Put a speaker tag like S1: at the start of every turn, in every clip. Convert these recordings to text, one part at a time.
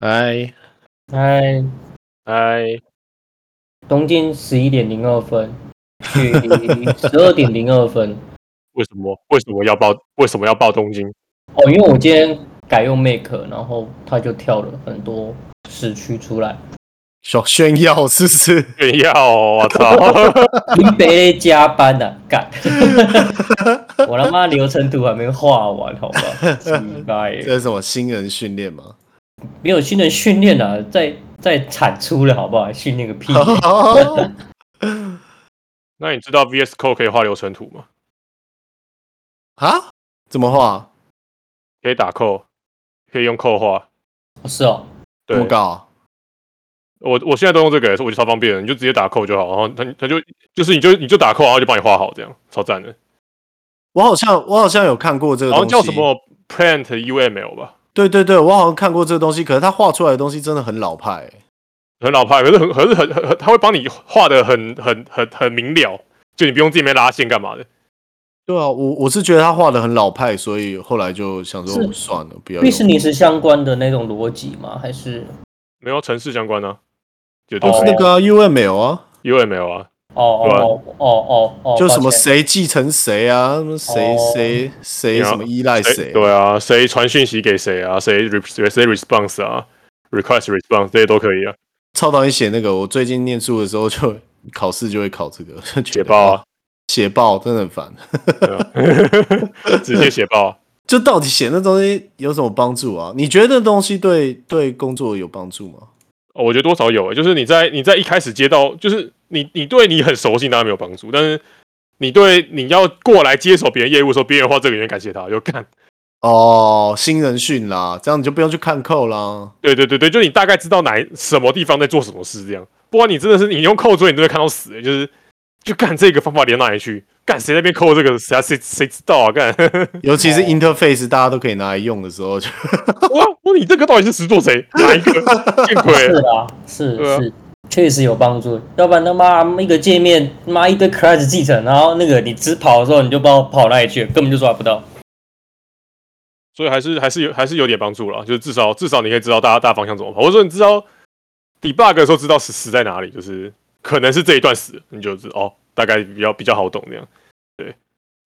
S1: 哎，
S2: 嗨，
S3: 哎，
S2: 东京十一点零二分，距离十二点零二分。
S3: 为什么为什么要报为什么要报东京？
S2: 哦，因为我今天改用 Make，然后它就跳了很多时区出来。
S1: 小炫耀是不是？
S3: 炫耀哦！我操！
S2: 林北加班的、啊，干！ 我他妈流程图还没画完，好吧？奇怪耶，
S1: 这是什么新人训练 吗？
S2: 没有新人训练啊，在在产出了，好不好？训练 个屁！哦
S3: 那你知道 VS Code 可以画流程图吗？
S1: 啊？怎么画？
S3: 可以打扣，可以用扣画。
S2: 是哦，
S1: 怎
S3: 对
S1: 么，搞？
S3: 我我现在都用这个，所以我觉得超方便的，你就直接打扣就好，然后他他就就是你就你就打扣，然后就帮你画好，这样超赞的。
S1: 我好像我好像有看过这个
S3: 好
S1: 东
S3: 像
S1: 西，
S3: 叫什？么 Plant UML 吧，
S1: 对对对，我好像看过这个东西，可是他画出来的东西真的很老派、
S3: 很老派，可是很可是很很很，他会帮你画的很很很很明了，就你不用自己面拉线干嘛的。
S1: 对啊，我我是觉得他画的很老派，所以后来就想说哦
S2: 是
S1: 算了，不要
S2: 瑞士
S1: 用。
S2: 尼是相关的那种逻辑吗？还是
S3: 没有城市相关啊，就都
S1: 就是是那个、啊、UML 啊，
S3: UML 啊，
S2: 哦哦哦哦哦，
S1: 就什么
S2: 抱歉
S1: 谁继承谁啊，什么谁
S2: 哦
S1: 谁谁
S3: 然后
S1: 什么依赖谁，
S3: 啊对啊，谁传讯息给谁啊，谁 re 谁 response 啊，request response 这些都可以啊，
S1: 超讨厌写那个。我最近念书的时候就考试就会考这个， 就觉
S3: 写
S1: 得
S3: 报啊，，
S1: 写报真的很烦。
S3: 对啊直接写报啊、
S1: 就到底写那东西有什么帮助啊？你觉得那东西对对工作有帮助吗？
S3: 哦我觉得多少有、欸，就是你在你在一开始接到，就是你你对你很熟悉，当然没有帮助，但是你对你要过来接手别人业务的时候，别人画这个，你会感谢他，就干。
S1: 哦，新人训啦，这样你就不用去看扣啦。
S3: 对对对对，就你大概知道哪什么地方在做什么事，这样。不然你真的是你用扣追，你都会看到死、欸就是就干这个方法连到哪里去？干谁在那边扣这个？谁谁谁知道啊？干
S1: 尤其是
S2: 哎
S1: interface 大家都可以拿来用的时候，就
S3: 哇！哇你这个到底是实做谁？哪一个？见鬼！
S2: 是啊，是
S3: 对啊
S2: 是，确实有帮助。要不然他妈一个界面，妈一堆 crash 继承，然后那个你只跑的时候，你就不知道跑哪里去了，根本就抓不到。
S3: 所以还是还是有还是有点帮助了，就是至少至少你可以知道大家大方向怎么跑，或者说你知道 debug 的时候知道死死在哪里，就是可能是这一段死，你就知哦，大概比较比较好懂这样。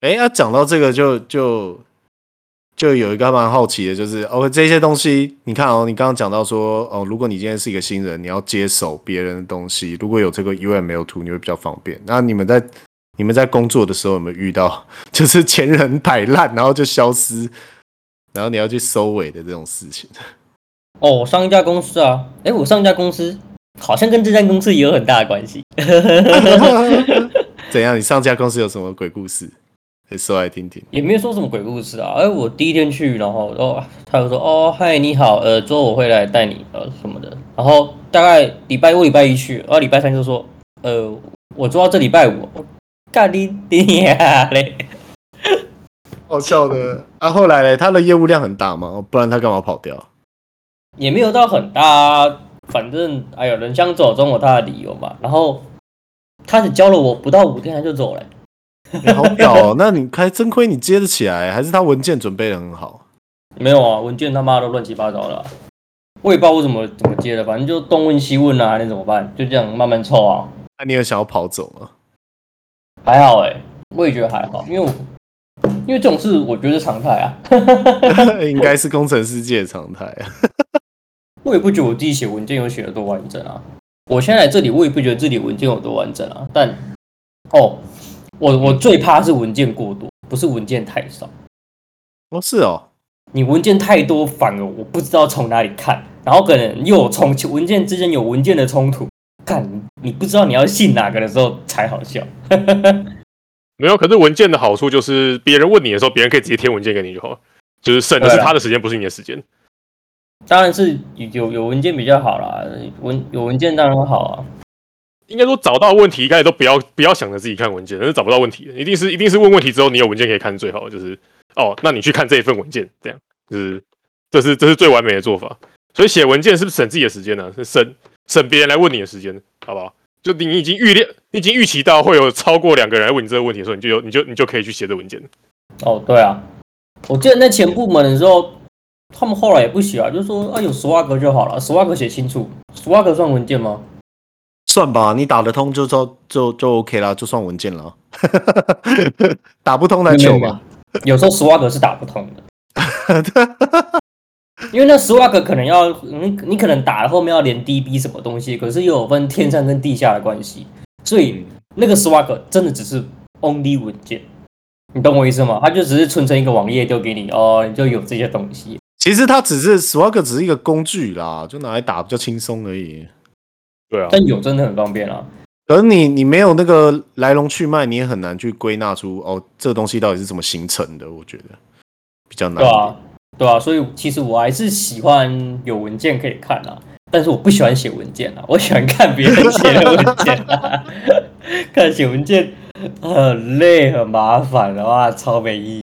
S1: 哎，那、讲到这个就就就有一个蛮好奇的，就是哦，这些东西，你看哦，你刚刚讲到说哦，如果你今天是一个新人，你要接手别人的东西，如果有这个 UML 图，你会比较方便。那你们在你们在工作的时候有没有遇到，就是 前人摆烂，然后就消失，然后你要去收尾的这种事情？
S2: 哦，我上一家公司啊，诶，我上一家公司好像跟这家公司也有很大的关系。
S1: 怎样？你上家公司有什么鬼故事？可以说来听听。
S2: 也没有说什么鬼故事啊。哎，我第一天去，然后哦，他就说哦，嗨，你好，呃，之后我会来带你，呃，什么的。然后大概礼拜五、礼拜一去，然后礼拜三就说，呃，我做到这礼拜五，我干你你呀嘞！
S1: 好笑的啊！后来嘞，他的业务量很大吗？哦不然他干嘛跑掉？
S2: 也没有到很大、啊，反正哎呦，人相走总有他的理由嘛。然后他只教了我不到五天，他就走了、
S1: 你好屌哦！ 那你还真亏你接得起来，还是他文件准备的很好？
S2: 没有啊，文件他妈都乱七八糟的啊、我也不知道我怎么怎么接的，反正就东问西问啊，那怎么办？就这样慢慢凑啊。
S1: 那、你有想要跑走吗？
S2: 还好哎、我也觉得还好，因为我因为这种事我觉得是常态啊。
S1: 应该是工程师界的常态啊。
S2: 我也不觉得我自己写文件有写的多完整啊。我现在来这里，我也不觉得自己文件有多完整啊。但哦，我我最怕是文件过多，不是文件太少。
S1: 哦，是哦，
S2: 你文件太多，反而我不知道从哪里看，然后可能又有冲突，文件之间有文件的冲突，看你不知道你要信哪个的时候才好笑。
S3: 没有，可是文件的好处就是别人问你的时候，别人可以直接贴文件给你就好了。就是省的
S2: 对啊
S3: 是他的时间，不是你的时间。
S2: 当然是有有文件比较好啦，文有文件当然好啊。
S3: 应该说找到问题，应该都不要不要想着自己看文件，但是找不到问题的，一定是一定是问问题之后，你有文件可以看，最好就是哦，那你去看这一份文件，这样就是这是这是最完美的做法。所以写文件是不是省自己的时间呢、啊是省省别人来问你的时间，好不好？就你你已经预料，你已经预期到会有超过两个人来问你这个问题的时候，你就有你就你就可以去写这文件。
S2: 哦，对啊，我记得那前部门的时候，他们后来也不写啊，就说啊有 swag 就好了，swag 写清楚，swag 算文件吗？
S1: 算吧，你打得通就就就就 OK 啦，就算文件了。 打不通来求吧。
S2: 有时候 swag 是打不通的，因为那 swag 可能要你你可能打了后面要连 DB 什么东西，可是又有分天上跟地下的关系，所以那个 swag 真的只是 only 文件，你懂我意思吗？它就只是存成一个网页丢给你哦，你就有这些东西。
S1: 其实它只是 Swag 只是一个工具啦，就拿来打比较轻松而已。
S3: 对啊，
S2: 但有真的很方便啊，
S1: 可是你你没有那个来龙去脉，你也很难去归纳出哦，这东西到底是怎么形成的？我觉得比较难。
S2: 对啊，对啊，所以其实我还是喜欢有文件可以看啊，但是我不喜欢写文件啊， 我喜欢看别人写的文件啊， 看写文件很累很麻烦的哇，超没意义。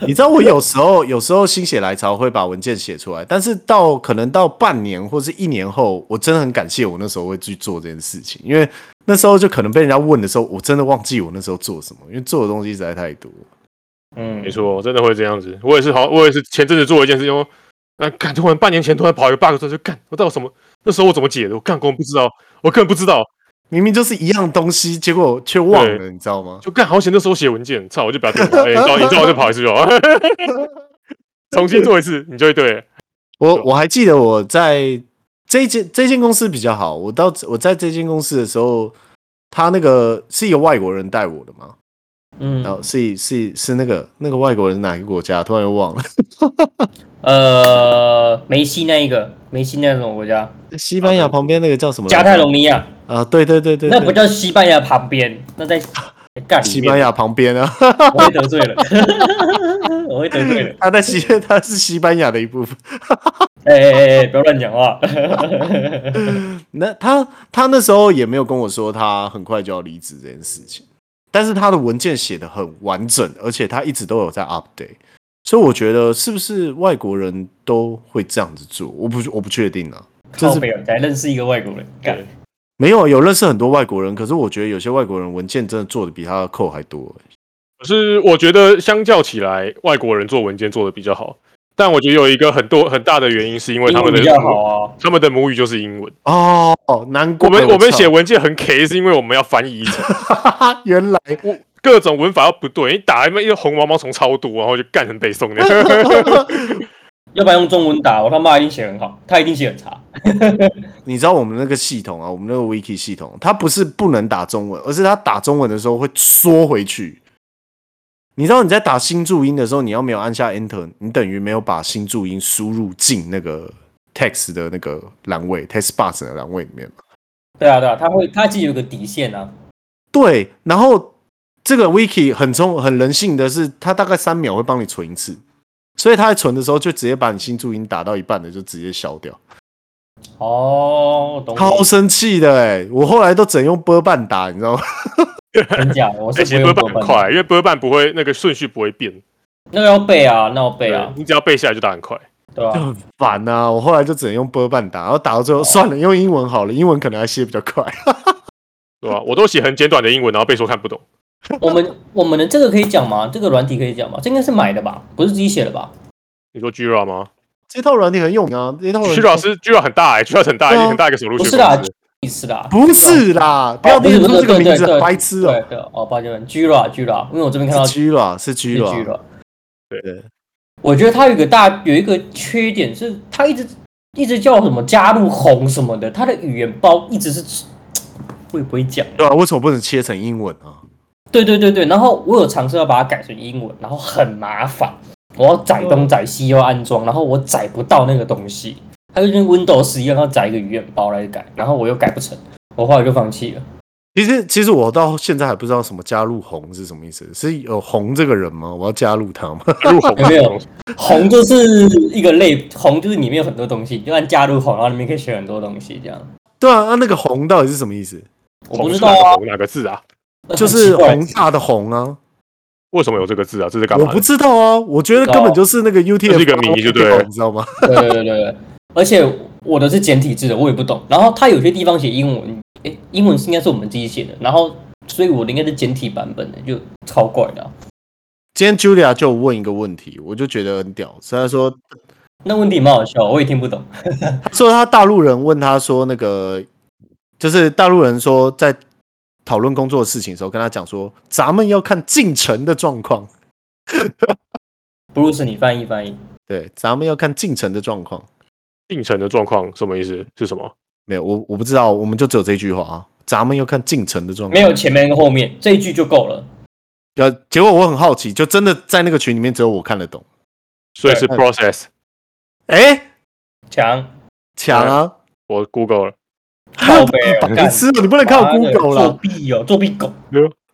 S1: 你知道我有时候有时候心血来潮会把文件写出来，但是到可能到半年或是一年后，我真的很感谢我那时候会去做这件事情，因为那时候就可能被人家问的时候，我真的忘记我那时候做什么，因为做的东西实在太多。
S2: 嗯
S3: 没，错，真的会这样子。我也是好，我也是前阵子做了一件事情，我那干突然半年前突然跑一个 bug 出来，就干我到底什么那时候我怎么解的？我干根本不知道，我根本不知道。
S1: 明明就是一样东西，结果却忘了，
S3: 对
S1: 你知道吗？
S3: 就干好险，那时候写文件，操，我就不要丢了。哎、你知道，你知道我就跑一次就好， 重新做一次，你就会对了。
S1: 我我还记得我在这一间这间公司比较好，我到我在这间公司的时候，他那个是一个外国人带我的嘛，然后
S2: 嗯，
S1: 是是是那个那个外国人是哪一个国家？突然又忘了，
S2: 呃，梅西那一个，梅西那什么国家？
S1: 西班牙旁边那个叫什么来着？
S2: 加泰隆尼亚，
S1: 啊，对对对对，
S2: 那
S1: 对
S2: 不叫西班牙旁边，那在干里
S1: 西
S2: 面
S1: 班牙旁边啊，
S2: 我会得罪了， 我会得罪了。
S1: 他在西他是西班牙的一部分。
S2: 哎哎哎，不要乱讲话。
S1: 那他他那时候也没有跟我说他很快就要离职这件事情，但是他的文件写的很完整，而且他一直都有在 update，所以我觉得是不是外国人都会这样子做？我不我不确定啊，这
S2: 靠
S1: 是
S2: 北哦，你才认识一个外国人，干
S3: 对。
S1: 没有有认识很多外国人，可是我觉得有些外国人文件真的做的比他的扣还多、
S3: 可是我觉得相较起来，外国人做文件做的比较好，但我觉得有一个很多很大的原因是因为他
S2: 英
S3: 们
S2: 文
S3: 的
S2: 比较好啊。
S3: 他们的母语就是英文。
S1: 哦哦，难怪
S3: 我们我们
S1: 操
S3: 写文件很 K，是因为我们要翻译一层，
S1: 原来
S3: 各种文法要不对，你打一个红毛毛虫超多，然后就干成背诵的。
S2: 要不然用中文打，我他妈一定写很好，他一定写很差。
S1: 你知道我们那个系统啊，我们那个 wiki 系统，它不是不能打中文，而是它打中文的时候会缩回去。你知道你在打新注音的时候，你要没有按下 Enter，你等于没有把新注音输入进那个 text 的那个栏位 text box 的栏位里面嘛
S2: 对啊，对啊，他会，他自己有个底线啊。
S1: 对，然后这个 wiki 很聪很人性的是，它大概三秒会帮你存一次，所以它在存的时候就直接把你新注音打到一半的就直接消掉。
S2: 哦，懂你。
S1: 超生气的哎、我后来都整用波半打，你知道吗？
S2: 真假的，我是
S3: 哎，
S2: 不
S3: 其实
S2: 会
S3: 波板
S2: 用国
S3: 很
S2: 本。
S3: 快，因为波板不会那个顺序不会变。
S2: 那个要背啊，那要背啊，
S3: 你只要背下来就打很快。
S2: 对吧、
S1: 就很烦呐、我后来就只能用波半打，然后打到最后、算了，用英文好了，英文可能还写比较快。
S3: 对吧、我都写很简短的英文，然后被说看不懂。
S2: 我们我们的这个可以讲吗？这个软体可以讲吗？这应该是买的吧，不是自己写的吧？
S3: 你说 Gira 吗
S1: 这套软体很有名啊，这套软体
S3: ？Gira 是 Gira 很大哎、g i r a 很大、
S1: 对啊
S3: 很大一个手录
S2: 不
S3: 学
S2: 是
S3: 公
S2: 啦
S3: 司。，
S2: 意思啦。
S1: 不是啦，不要
S2: 啊哦不是
S1: 念
S2: 不
S1: 出
S2: 是
S1: 这个名
S2: 对对
S1: 字，
S2: 对
S1: 白痴哦、
S2: 对对，哦，抱歉，Gira Gira，因为我这边看到
S1: 是 G 啦，是 G 啦，
S2: Gira，
S1: 对，
S2: 我觉得它有一个大有一个缺点是，它一直一直叫什么加入红什么的，它的语言包一直是会不会讲？
S1: 对啊，为什么不能切成英文啊？
S2: 对对对对，然后我有尝试要把它改成英文，然后很麻烦，我要载东载西又要安装，然后我载不到那个东西，它就跟 Windows 一样要载一个语言包来改，然后我又改不成，我后来就放弃了。
S1: 其实其实我到现在还不知道什么加入红是什么意思，是有红这个人吗？我要加入他吗？
S3: 入红
S2: 有没有红就是一个类，红就是里面有很多东西，你就按加入红，然后里面可以选很多东西这样。
S1: 对啊，那那个红到底是什么意思？
S2: 我不
S3: 红
S2: 知
S3: 是
S2: 道
S3: 哪个
S2: 啊，
S3: 红哪个字啊？
S1: 就是
S2: 很
S1: 宏
S2: 奇怪
S1: 大的宏啊，
S3: 为什么有这个字啊？这是干
S1: 我
S3: 嘛
S1: 不
S3: 的？
S1: 知道啊，我觉得根本就是那个 UTF
S3: 是一个谜就对了
S1: 你知道吗？
S2: 对对对对对，而且我的是简体字的，我也不懂。然后它有些地方写英文，诶，英文是应该是我们自己写的，然后所以我的应该是简体版本的，就超怪的啊、
S1: 今天 Julia 就问一个问题，我就觉得很屌。虽然说
S2: 那问题蛮好笑，我也听不懂。
S1: 他说他大陆人问他说那个，就是大陆人说在讨论工作的事情的时候，跟他讲说咱们要看进程的状况，
S2: 布鲁斯，你翻译翻译。
S1: 对，咱们要看进程的状况。
S3: 进程的状况什么意思？是什么？
S1: 没有，我我不知道，我们就只有这句话啊，咱们要看进程的状况。
S2: 没有前面跟后面这一句就够了。
S1: 呃，结果我很好奇，就真的在那个群里面只有我看得懂。
S3: 所以是
S1: 对
S3: process。
S1: 哎、
S2: 强，
S1: 抢啊！
S3: 我 Google 了，
S2: 靠北哦，
S1: 白痴哦， 你不能看我
S2: 妈的
S1: Google
S2: 作
S1: 啦！
S2: 弊哦，作弊狗，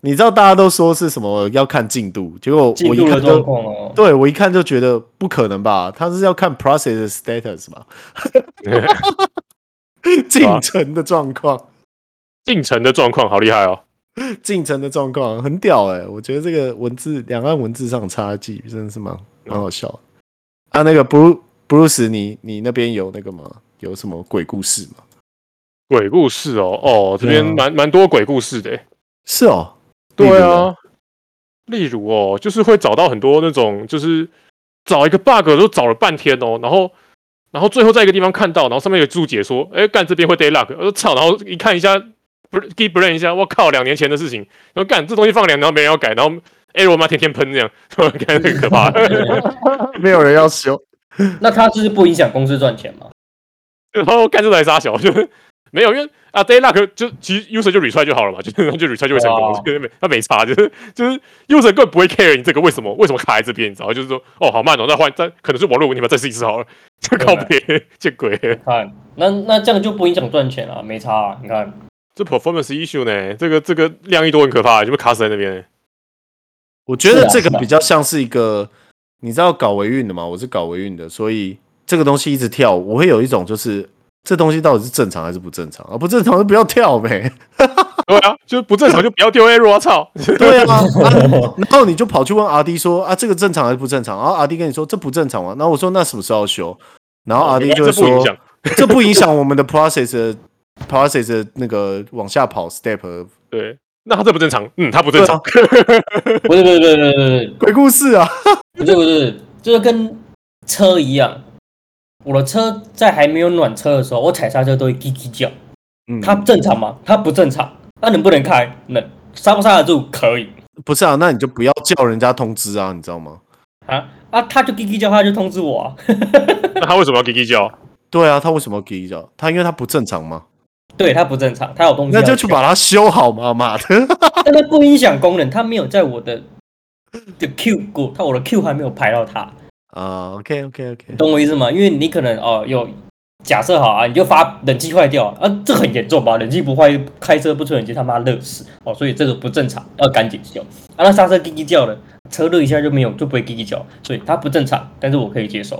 S1: 你知道大家都说是什么要看进度，结果
S2: 进
S1: 我
S2: 入
S1: 一
S2: 了
S1: 看
S2: 状
S1: 就
S2: 况哦。
S1: 对我一看就觉得不可能吧？他是要看 process 的 status 吧？ 进程的状况，
S3: 进程的状况好厉害哦！
S1: 进程的状况很屌哎、我觉得这个文字两岸文字上的差距真的是蛮蛮好笑的。啊，那个 Bru Bruce，你你那边有那个吗？有什么鬼故事吗？
S3: 鬼故事哦，哦，这边
S1: 对啊
S3: 蛮蛮多鬼故事的欸。
S1: 是哦，
S3: 对
S1: 例如呢
S3: 啊，例如哦，就是会找到很多那种，就是找一个 bug 都找了半天哦，然后然后最后在一个地方看到，然后上面有注解说，哎，干这边会 day luck，我说操，然后一看一下，不是 keep brain 一下，我靠，两年前的事情，然后干这东西放两年，然后没人要改，然后 error 妈天天喷这样， 感觉很可怕。
S1: 没有人要修，
S2: 那他就是不影响公司赚钱吗？
S3: 然后干这台杀小，就是没有，因为啊 day luck 就其实 user 就 retry 就好了嘛，就是就 retry 就会成功
S2: 哇，
S3: 就是没他没差，就是就是 user 根本不会 care 你这个为什么为什么卡在这边，你知道吗？就是说哦好慢哦，那换再可能是网络问题吧，再试一次好了，就靠
S2: 啊
S3: 别见鬼，
S2: 看，那那这样就不影响赚钱啊，没差、啊。你看，
S3: 这 performance issue 呢，这个这个量一多很可怕，就被卡死在那边。
S1: 我觉得这个
S2: 是啊是啊
S1: 比较像是一个，你知道搞维运的嘛？我是搞维运的，所以这个东西一直跳，我会有一种就是这东西到底是正常还是不正常啊？不正常就不要跳呗。
S3: 对啊，就是不正常就不要丢 error 啊，操！
S1: 对啊，啊 然后你就跑去问阿迪说啊，这个正常还是不正常？然后阿迪跟你说这不正常啊。然后我说那什么时候要修？然后阿迪就会
S3: 哦这不影
S1: 说
S3: 响，
S1: 这不影响我们的 process 的 process 的那个往下跑 step 的
S3: 对，那他这不正常，嗯，他不正常，
S2: 啊 不是不是不是不是不是
S1: 鬼故事啊。
S2: 不是不是，就是跟车一样，我的车在还没有暖车的时候，我踩刹车都会叽叽叫，
S1: 嗯，
S2: 它正常吗？它不正常。那能不能开？能，刹不刹得住？可以
S1: 不是啊，那你就不要叫人家通知啊，你知道吗？
S2: 啊啊！他就叽叽叫，他就通知我啊。
S3: 那他为什么要叽叽叫？
S1: 对啊，他为什么要给脚？他因为他不正常吗？
S2: 对，它不正常，它有东西
S1: 那
S2: 要
S1: 就去把它修好嘛，妈 的！
S2: 但它不影响功能，它没有在我的的 Q 过，它我的 Q 还没有排到它，
S1: 啊，OK OK
S2: 你
S1: OK，
S2: 懂我意思吗？因为你可能哦有假设好啊，你就发冷气坏掉啊，这很严重吧？冷气不坏，开车不吹冷气他妈热死哦，所以这个不正常，要赶紧修。啊，那刹车叽叽叫了，车热一下就没有，就不会叽叽叫，所以它不正常，但是我可以接受。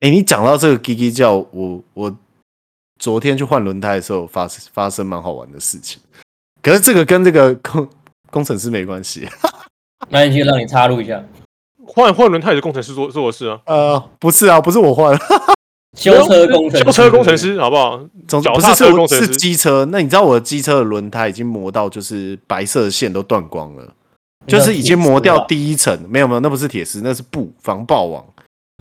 S1: 哎、你讲到这个叽叽叫，我我昨天去换轮胎的时候发生发生蛮好玩的事情，可是这个跟这个工工程师没关系，
S2: 那你去让你插入一下，
S3: 换换轮胎也是工程师做做的事啊，
S1: 呃，不是啊，不是我换，
S2: 修车工程，
S3: 修车工程，师好不好？
S1: 总之
S3: 脚
S1: 不
S3: 踏
S1: 是是
S3: 车
S1: 我
S3: 工程
S1: 是
S3: 师
S1: 机车，那你知道我的机车的轮胎已经磨到就是白色的线都断光了，
S2: 那
S1: 就是已经磨掉
S2: 铁丝啊
S1: 第一层，没有没有，那不是铁丝，那是布防爆网。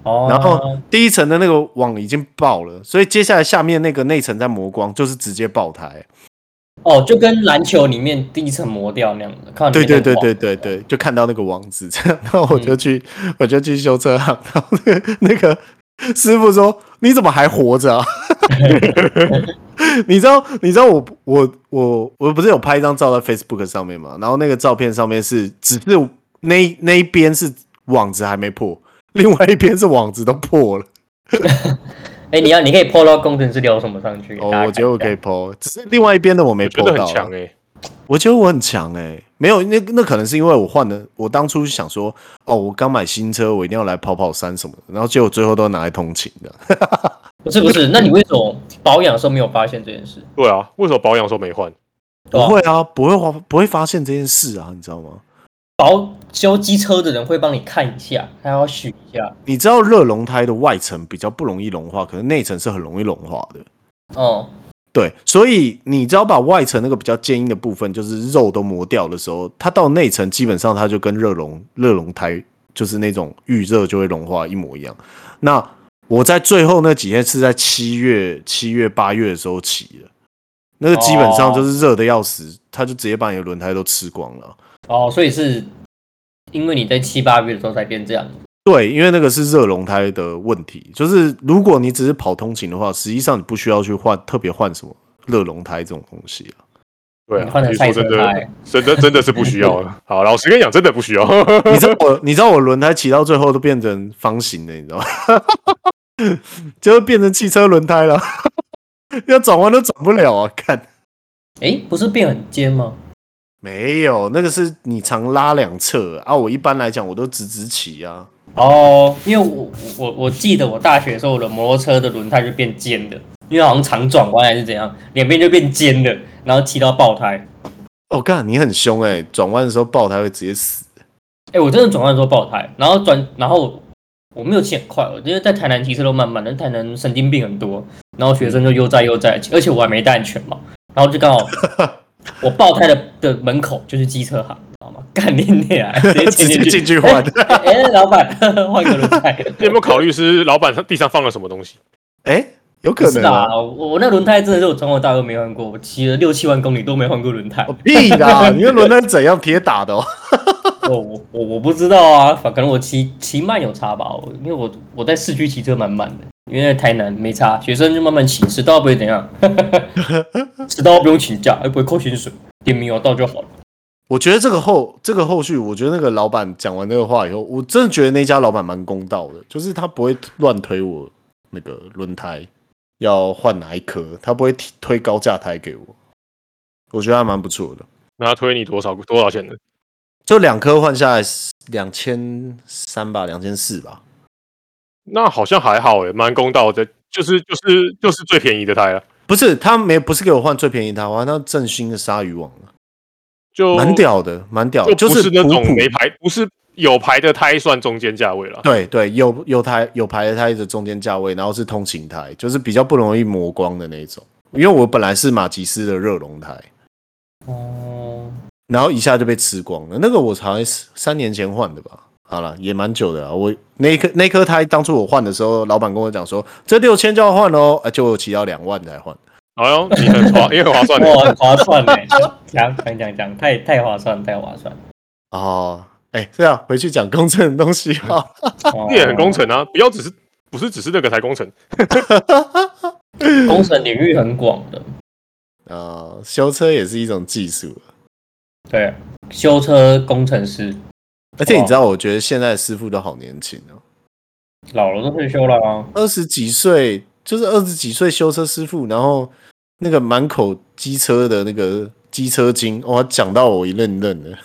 S2: 哦，
S1: 然后第一层的那个网已经爆了，所以接下来下面那个内层在磨光，就是直接爆胎。
S2: 哦，就跟篮球里面第一层磨掉那样子，看
S1: 对对对对对对，就看到那个网址，这样，然后我就去、我就去修车行，然后那个那个师傅说：“你怎么还活着啊？” 你知道你知道我我我我不是有拍一张照在 Facebook 上面嘛？然后那个照片上面是只是那那一边是网子还没破，另外一边是网子都破了。
S2: 哎，你要你可以 PO 到工程师聊什么上去？
S1: 哦哦，我觉得我可以 PO，只是另外一边的我没
S3: 我觉
S1: PO
S3: 得
S1: 到
S3: 很
S1: 啊。
S3: 强哎、
S1: 我觉得我很强哎、没有那那可能是因为我换的，我当初想说，哦，我刚买新车，我一定要来跑跑山什么的，然后结果最后都拿来通勤的。
S2: 不是不是，那你为什么保养的时候没有发现这件事？
S3: 对啊，为什么保养的时候没换？
S2: 对
S1: 不
S2: 吧？
S1: 会啊，不会发不会发现这件事啊，你知道吗？
S2: 保修机车的人会帮你看一下，还要许一下。
S1: 你知道热熔胎的外层比较不容易融化，可是内层是很容易融化的。
S2: 哦、
S1: 对，所以你只要把外层那个比较坚硬的部分，就是肉都磨掉的时候，它到内层基本上它就跟热熔热熔胎就是那种预热就会融化一模一样。那我在最后那几天是在七月、七月、八月的时候骑的，那个基本上就是热的要死，它就直接把你的轮胎都吃光了。
S2: 哦，所以是因为你在七八月的时候才变这样。
S1: 对，因为那个是热熔胎的问题，就是如果你只是跑通勤的话，实际上你不需要去换特别换什么热熔胎这种东西啊。
S3: 对啊
S2: 你换，成
S3: 其实
S2: 赛
S3: 说
S2: 车
S3: 真的
S2: 胎，
S3: 真的真的是不需要 啊。好，老实跟你讲，真的不需要。
S1: 你知道我，你知道我轮胎骑到最后都变成方形的，你知道吗？ 就是变成汽车轮胎了，要转弯都转不了啊！看，
S2: 诶，不是变很尖吗？
S1: 没有，那个是你常拉两侧啊。我一般来讲我都直直骑啊。
S2: 哦，因为我我我记得我大学的时候，我的摩托车的轮胎就变尖的，因为好像常转弯还是怎样，两边就变尖的，然后骑到爆胎。
S1: 哦，干，你很凶哎、转弯的时候爆胎会直接死。
S2: 哎、我真的转弯的时候爆胎，然后转，然后我没有骑很快，我因为在台南骑车都慢慢的，台南神经病很多，然后学生就悠哉悠哉地骑，而且我还没戴安全帽，然后 就刚好我爆胎的的门口就是机车行，你知道吗？干你 娘，直接
S1: 直接进
S2: 进
S1: 去
S2: 去
S1: 换
S2: 哎、 哎老板换个 轮胎，
S3: 你有没有考虑是老板地上放了什么东西？
S1: 哎、有
S2: 不
S1: 可
S2: 是
S1: 能啊。
S2: 啦，我我那轮胎真的是我从头到尾都没换过，我骑了六七万公里都没换过轮胎
S1: 我、。哦屁啦！你的轮胎是怎样铁打的哦？
S2: 我我我我不知道啊，反可能我骑骑慢有差吧，我因为我我在市区骑车蛮慢的，因为在台南没差，学生就慢慢骑，迟到不会怎样， 迟到不用请假，哎又不会扣薪水，点名有到就好了。
S1: 我觉得这个后这个后续，我觉得那个老板讲完这个话以后，我真的觉得那家老板蛮公道的，就是他不会乱推我那个轮胎要换哪一颗，他不会提推高价胎给我，我觉得还蛮不错的。
S3: 那他推你多少多少钱呢？
S1: 就两颗换下来两千三吧，两千四吧。
S3: 那好像还好诶、欸蛮公道的，就是就是就是最便宜的胎了，啊
S1: 不是，他没不是给我换最便宜的胎，我换到正新的鲨鱼网了，
S3: 就
S1: 蛮，屌的，蛮屌的，
S3: 就不
S1: 是
S3: 是那
S1: 普
S3: 种
S1: 普
S3: 没牌，不是有牌的胎算中间价位了。
S1: 对对，有有台有牌的胎的中间价位，然后是通勤胎，就是比较不容易磨光的那种。因为我本来是马吉斯的热熔胎，
S2: 哦、
S1: 然后一下就被吃光了。那个我好像是三年前换的吧，好了，也蛮久的了。我那一颗那颗胎当初我换的时候，老板跟我讲说这六千就要换哦，啊，结果我骑到两万才换。
S3: 哎呦，你很划，也很划算的。欸
S2: 哇，很划算呢，讲讲讲讲，太太划算，太划算，
S1: 哦，哎，这样回去讲公正的东西啊。
S2: 哦
S3: 这也很工，程啊，不要只是不是只是那个才工程，
S2: 哦工程领域很广的，
S1: 啊、修车也是一种技术，啊
S2: 对，修车工程师
S1: 而且你知道，我觉得现在的师傅都好年轻哦。
S2: 老了都退休了啊。
S1: 二十几岁，就是二十几岁修车师傅，然后那个满口机车的那个机车精，哇、讲到我一愣一愣的。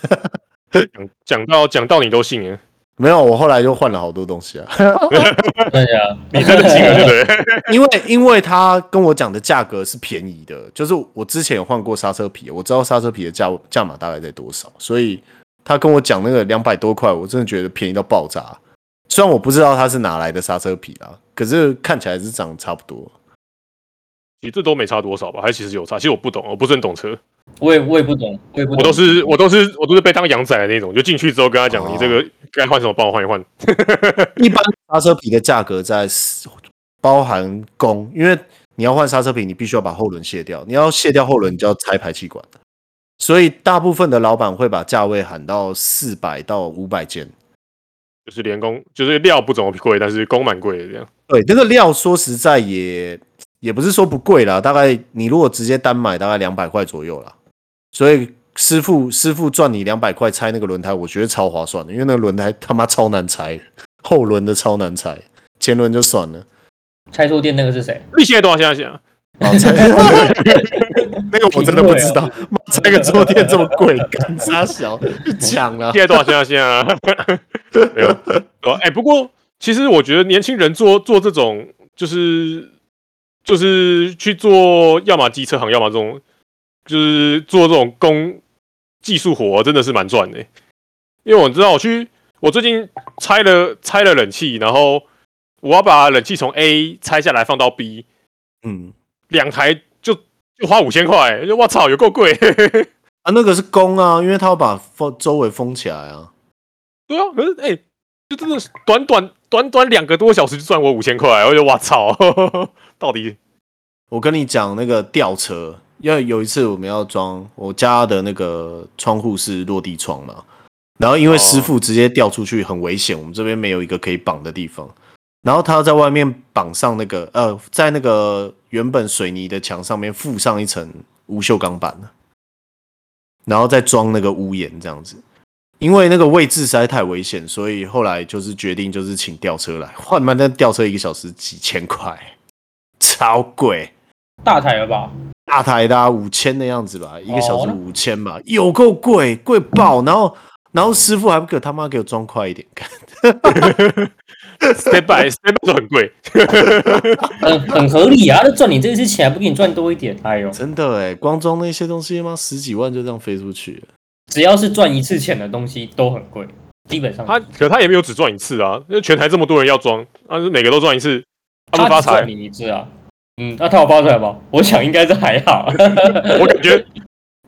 S3: 讲讲到讲到你都信欸耶，
S1: 没有，我后来就换了好多东西啊，
S2: 对呀，
S3: 你真的信了对不对？
S1: 因为因为他跟我讲的价格是便宜的，就是我之前有换过刹车皮，我知道刹车皮的价价码大概在多少，所以他跟我讲那个两百多块，我真的觉得便宜到爆炸。虽然我不知道它是哪来的刹车皮啦，可是看起来是长得差不多。
S3: 其实这都没差多少吧，还是其实有差。其实我不懂，我不是很懂车，
S2: 我也我也不懂，我也不懂，
S3: 我都是我都是我都是被当羊仔的那种，就进去之后跟他讲
S1: 哦
S3: 你这个该换什么，帮我换一换。
S1: 一般刹车皮的价格在四包含工，因为你要换刹车皮，你必须要把后轮卸掉，你要卸掉后轮，你就要拆排气管。所以大部分的老板会把价位喊到四百到五百间。
S3: 就是连工就是料不怎么贵，但是工蛮贵的这样。
S1: 对，那个料说实在也也不是说不贵啦，大概你如果直接单买大概两百块左右啦。所以师傅师傅赚你两百块拆那个轮胎，我觉得超划算的，因为那个轮胎他妈超难拆，后轮的超难拆，前轮就算了。
S2: 拆坐垫那个是谁？
S3: 那你现在多少？现在现在
S1: 哦拆那个我真的不知道，妈拆个桌垫这么贵，干啥小去抢了
S3: 现？在多少钱啊？现在啊， 没有，对吧哎、不过其实我觉得年轻人做做这种，就是就是去做，要么机车行，要么这种，就是做这种工技术活，真的是蛮赚的。因为我知道我去，我最近拆了拆了冷气，然后我要把冷气从 A 拆下来放到 B，
S1: 嗯
S3: 两台就就花五千块，就我操，有够贵。
S1: 啊，那个是弓啊，因为他要把封周围封起来啊。
S3: 对啊，可是哎、就真的是短短短短两个多小时就赚我五千块，我就觉得哇操，到底
S1: 我跟你讲，那个吊车，要有一次我们要装我家的那个窗户是落地窗嘛，然后因为
S3: 哦
S1: 师傅直接吊出去很危险，我们这边没有一个可以绑的地方，然后他在外面绑上那个呃，在那个原本水泥的墙上面附上一层无锈钢板然后再装那个屋檐这样子。因为那个位置实在太危险，所以后来就是决定就是请吊车来 换，妈那吊车一个小时几千块，超贵。
S2: 大台了吧？
S1: 大台的、啊、五千的样子吧，一个小时
S2: 那
S1: 五千
S3: 哦
S1: 吧，有够贵，贵爆！然后，然后师傅还不给他妈给我装快一点，看
S3: step by step by 都很贵。
S2: 很很合理啊，他赚你这次钱，还不给你赚多一点？哎呦，
S1: 真的哎，光装那些东西妈十几万就这样飞出去了，
S2: 只要是赚一次钱的东西都很贵，基本上
S3: 他可他也没有只赚一次啊，因为全台这么多人要装，啊，是每个都赚一次，他
S2: 他
S3: 不发
S2: 只赚
S3: 财。
S2: 你一次啊。嗯，那、他有发出来吗？ 我想应该是还好。
S3: 我感觉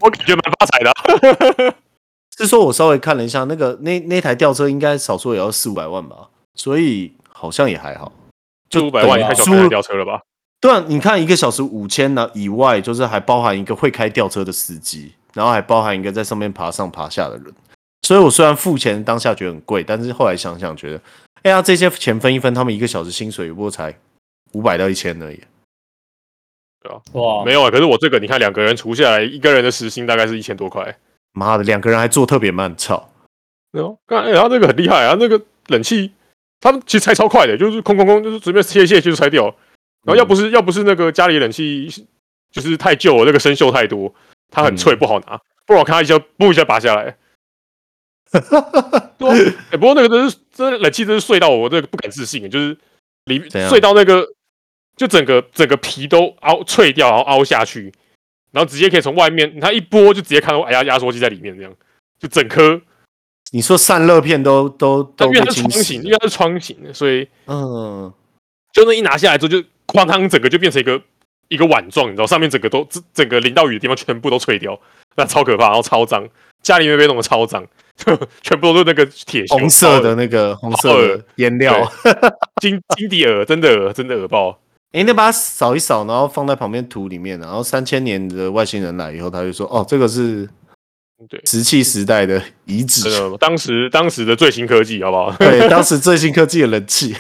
S3: 我感觉蛮发财的啊、
S1: 是说我稍微看了一下，那个那那台吊车应该少说也要四五百万吧，所以好像也还好。
S3: 就五百万
S1: 对
S3: 你
S1: 啊
S3: 太小
S1: 输
S3: 看
S1: 了
S3: 吊车了吧？
S1: 对啊，你看一个小时五千呢以外，就是还包含一个会开吊车的司机，然后还包含一个在上面爬上爬下的人。所以我虽然付钱当下觉得很贵，但是后来想想觉得，哎呀，这些钱分一分，他们一个小时薪水也不过才五百到一千而已。
S2: 哇，
S3: 没有啊，可是我这个你看两个人除下来，一个人的时薪大概是一千多块。
S1: 妈的，两个人还做特别慢，操！
S3: 对哦，看，哎、他这个很厉害啊，那个冷气，他们其实拆超快的，就是空空空，就是随便切一切就拆掉。
S1: 嗯
S3: 然后要不是、要不是那个家里冷气就是太旧了，那个生锈太多，它很脆不好拿，不然我看它一下嘣一下拔 下来。对、啊，哎、不过那个真是真的冷气真是碎到我这个不敢置信，就是里
S1: 怎样
S3: 碎到那个就整个整个皮都凹脆掉，然后凹下去，然后直接可以从外面它一拨就直接看到哎呀压缩机在里面这样，就整颗
S1: 你说散热片都都
S3: 但
S1: 都
S3: 因
S1: 不
S3: 为它是
S1: 清
S3: 窗
S1: 晰
S3: 型，，因为它是窗型的，所以
S1: 嗯，
S3: 就那一拿下来之后，就哐当，整个就变成一个一个碗状，你知道，上面整个都整整个淋到雨的地方全部都脆掉，那超可怕，然后超脏，家里面被弄得超脏， 全部都是那个铁锈
S1: 红色的那个红色的颜料，
S3: 金金底耳，真的耳，真的耳爆，
S1: 哎、那把它扫一扫，然后放在旁边土里面，然后三千年的外星人来以后，他就说：“哦，这个是
S3: 对，
S1: 石器时代的遗址
S3: 真，的，当时当时的最新科技，好不好？
S1: 对，当时最新科技的冷气，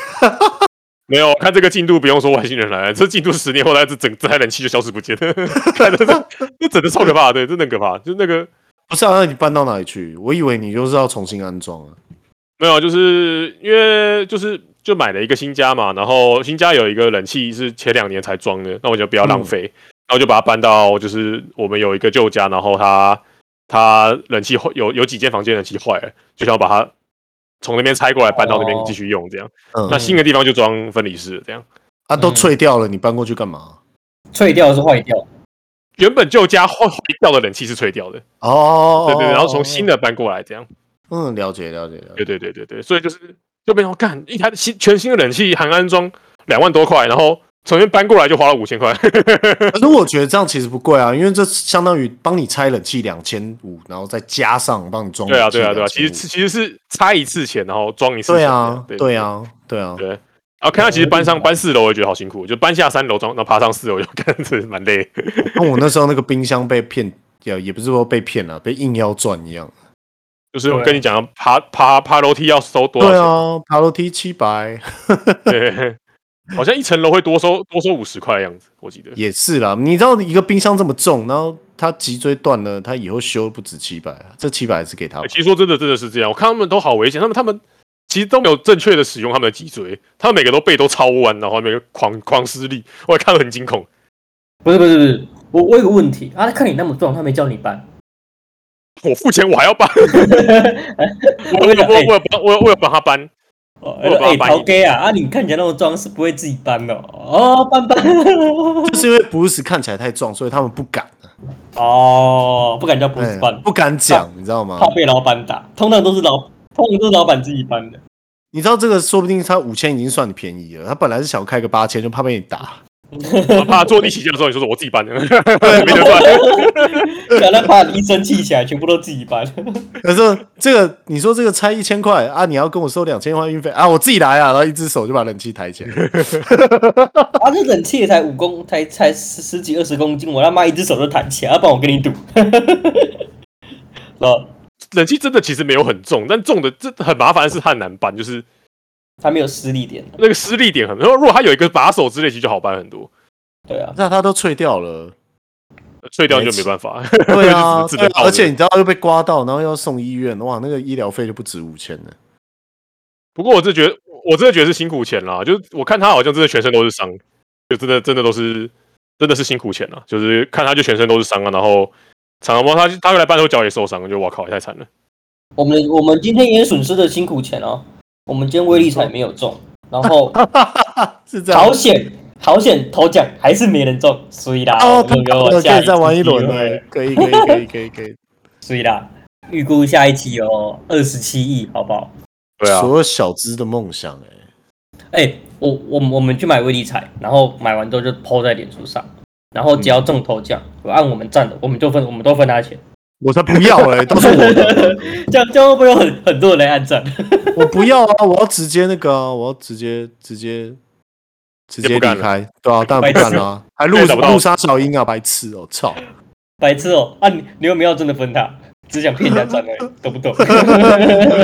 S3: 没有看这个进度，不用说外星人来了，这进度十年后，来这整这台冷气就消失不见了， 看这这这整的超可怕，对，真的很可怕，就那个
S1: 不是啊？那你搬到哪里去？我以为你就是要重新安装啊。
S3: 没有，就是因为就是就买了一个新家嘛，然后新家有一个冷气是前两年才装的，那我就不要浪
S1: 嗯
S3: 费，然后就把它搬到就是我们有一个旧家，然后它它冷气坏有有几间房间冷气坏了，就想把它从那边拆过来搬到那边
S2: 哦
S3: 继续用这样。那
S1: 嗯，
S3: 新的地方就装分离式这样。
S1: 啊，都脆掉了，你搬过去干嘛？
S2: 脆掉是坏掉，
S3: 原本旧家坏坏掉的冷气是吹掉的，
S1: 哦，
S3: 对对对，然后从新
S1: 的，
S3: 的搬过来这样。
S1: 嗯，了解了解了解。
S3: 对对对对对，所以就是就变成干一台新全新的冷气含安装两万多块，然后从那边搬过来就花了五千块。
S1: 可是我觉得这样其实不贵啊，因为这相当于帮你拆冷气两千五，然后再加上帮你装
S3: 对啊
S1: 冷气2500。
S3: 对啊对啊，其实是其实是拆一次钱，然后装一次钱
S1: 对啊
S3: 这样。
S1: 对。啊对啊，
S3: 对。然后看他其实搬上搬四楼，我也觉得好辛苦，就搬下三楼装，然后爬上四楼，就 看着蛮累。
S1: 那我那时候那个冰箱被骗，也也不是说被骗了，被硬要赚一样。
S3: 就是我跟你讲，啊爬爬爬楼梯要收多少
S1: 对
S3: 钱？
S1: 啊，爬楼梯七百。啊
S3: 对， 好像一层楼会多收多收五十块的样子，我记 得。
S1: 也是啦，你知道一个冰箱这么重，然后它脊椎断了，它以后修不止七百啊，这七百还是给他吧
S3: 欸。其实说真的，真的是这样。我看他们都好危险，他们他们其实都没有正确的使用他们的脊椎，他们每个都背都超弯，然后每个狂狂施力，我也看得很惊恐。
S2: 不是不是不是，我我有个问题啊，他看你那么壮，他没叫你搬，
S3: 我付钱我还要搬，我
S2: 我
S3: 有
S2: 讲
S3: 我
S2: 哎
S3: 有我有帮我有我有帮他搬，
S2: 哦
S3: 我有帮他
S2: 哎，
S3: 搬
S2: 陶 gay 啊啊，你看起来那么壮，是不会自己搬的哦，哦搬搬，
S1: 就是因为 Bruce 看起来太壮，所以他们不敢，
S2: 哦，不敢叫不
S1: 哎
S2: 是搬，
S1: 不敢讲，你知道吗
S2: 怕？被老板打，通常都是老，通常都是老板自己搬的。
S1: 你知道这个，说不定他五千已经算你便宜了，他本来是想开个八千，就怕被你打。
S3: 我怕坐地起价的时候你说是我自己搬的， 没得搬。
S2: 可能怕你一生气起来，全部都自己搬。
S1: 可是这个，你说这个拆一千块啊，你要跟我收两千块运费啊，我自己来啊，然后一只手就把冷气抬起 来。
S2: 啊，这冷气也才五公，才才十十几二十公斤，我他妈一只手都弹起来，要不然我跟你哦赌。然后
S3: 冷气真的其实没有很重，但重的这很麻烦的是它很难搬，就是
S2: 他没有施力点，
S3: 那个施力点很。如果如果它有一个把手之类，其实就好搬很多，
S2: 对啊，
S1: 那他都脆掉 了，
S3: 碎掉就没办法。
S1: 对啊，
S3: 只
S1: 对
S3: 能
S1: 啊
S3: 抱着
S1: 而且你知道又被刮到，然后又要送医院，哇，那个医疗费就不止五千了。
S3: 不过我真的觉得，我真的觉得是辛苦钱啦。就是我看他好像真的全身都是伤，就真的真的都是真的是辛苦钱啦。就是看他就全身都是伤啊，然后常常帮他他回来半后脚也受伤了，就哇靠，也太惨了。
S2: 我们我们今天也损失了辛苦钱哦。我们今天威力彩没有中，然后
S1: 是这样吗
S2: 好险好险头奖还是没人中，所以啦，
S1: 哦，
S2: 我们给我
S1: 可
S2: 下
S1: 以再玩一轮
S2: 了，
S1: 了，可以可以可以可以可以。
S2: 所以啦，预估下一期有二十七亿，好不好？
S3: 对啊，
S1: 所有小资的梦想、欸，
S2: 哎、我我们我们去买威力彩，然后买完之后就抛在脸书上，然后只要中头奖，我按我们占的，我们就分，我们都分他钱。
S1: 我才不要哎、都是我的，
S2: 这样这样会不会有很很多人来按赞？
S1: 我不要啊！我要直接那个啊，我要直接直接直接离
S3: 也不干
S1: 开，对啊，当然不干了、 啊，还录
S3: 也找不到
S1: 录杀小英啊，白痴哦、操！
S2: 白痴哦、啊你你又没有真的分他，只想骗人家赞而已，懂不懂？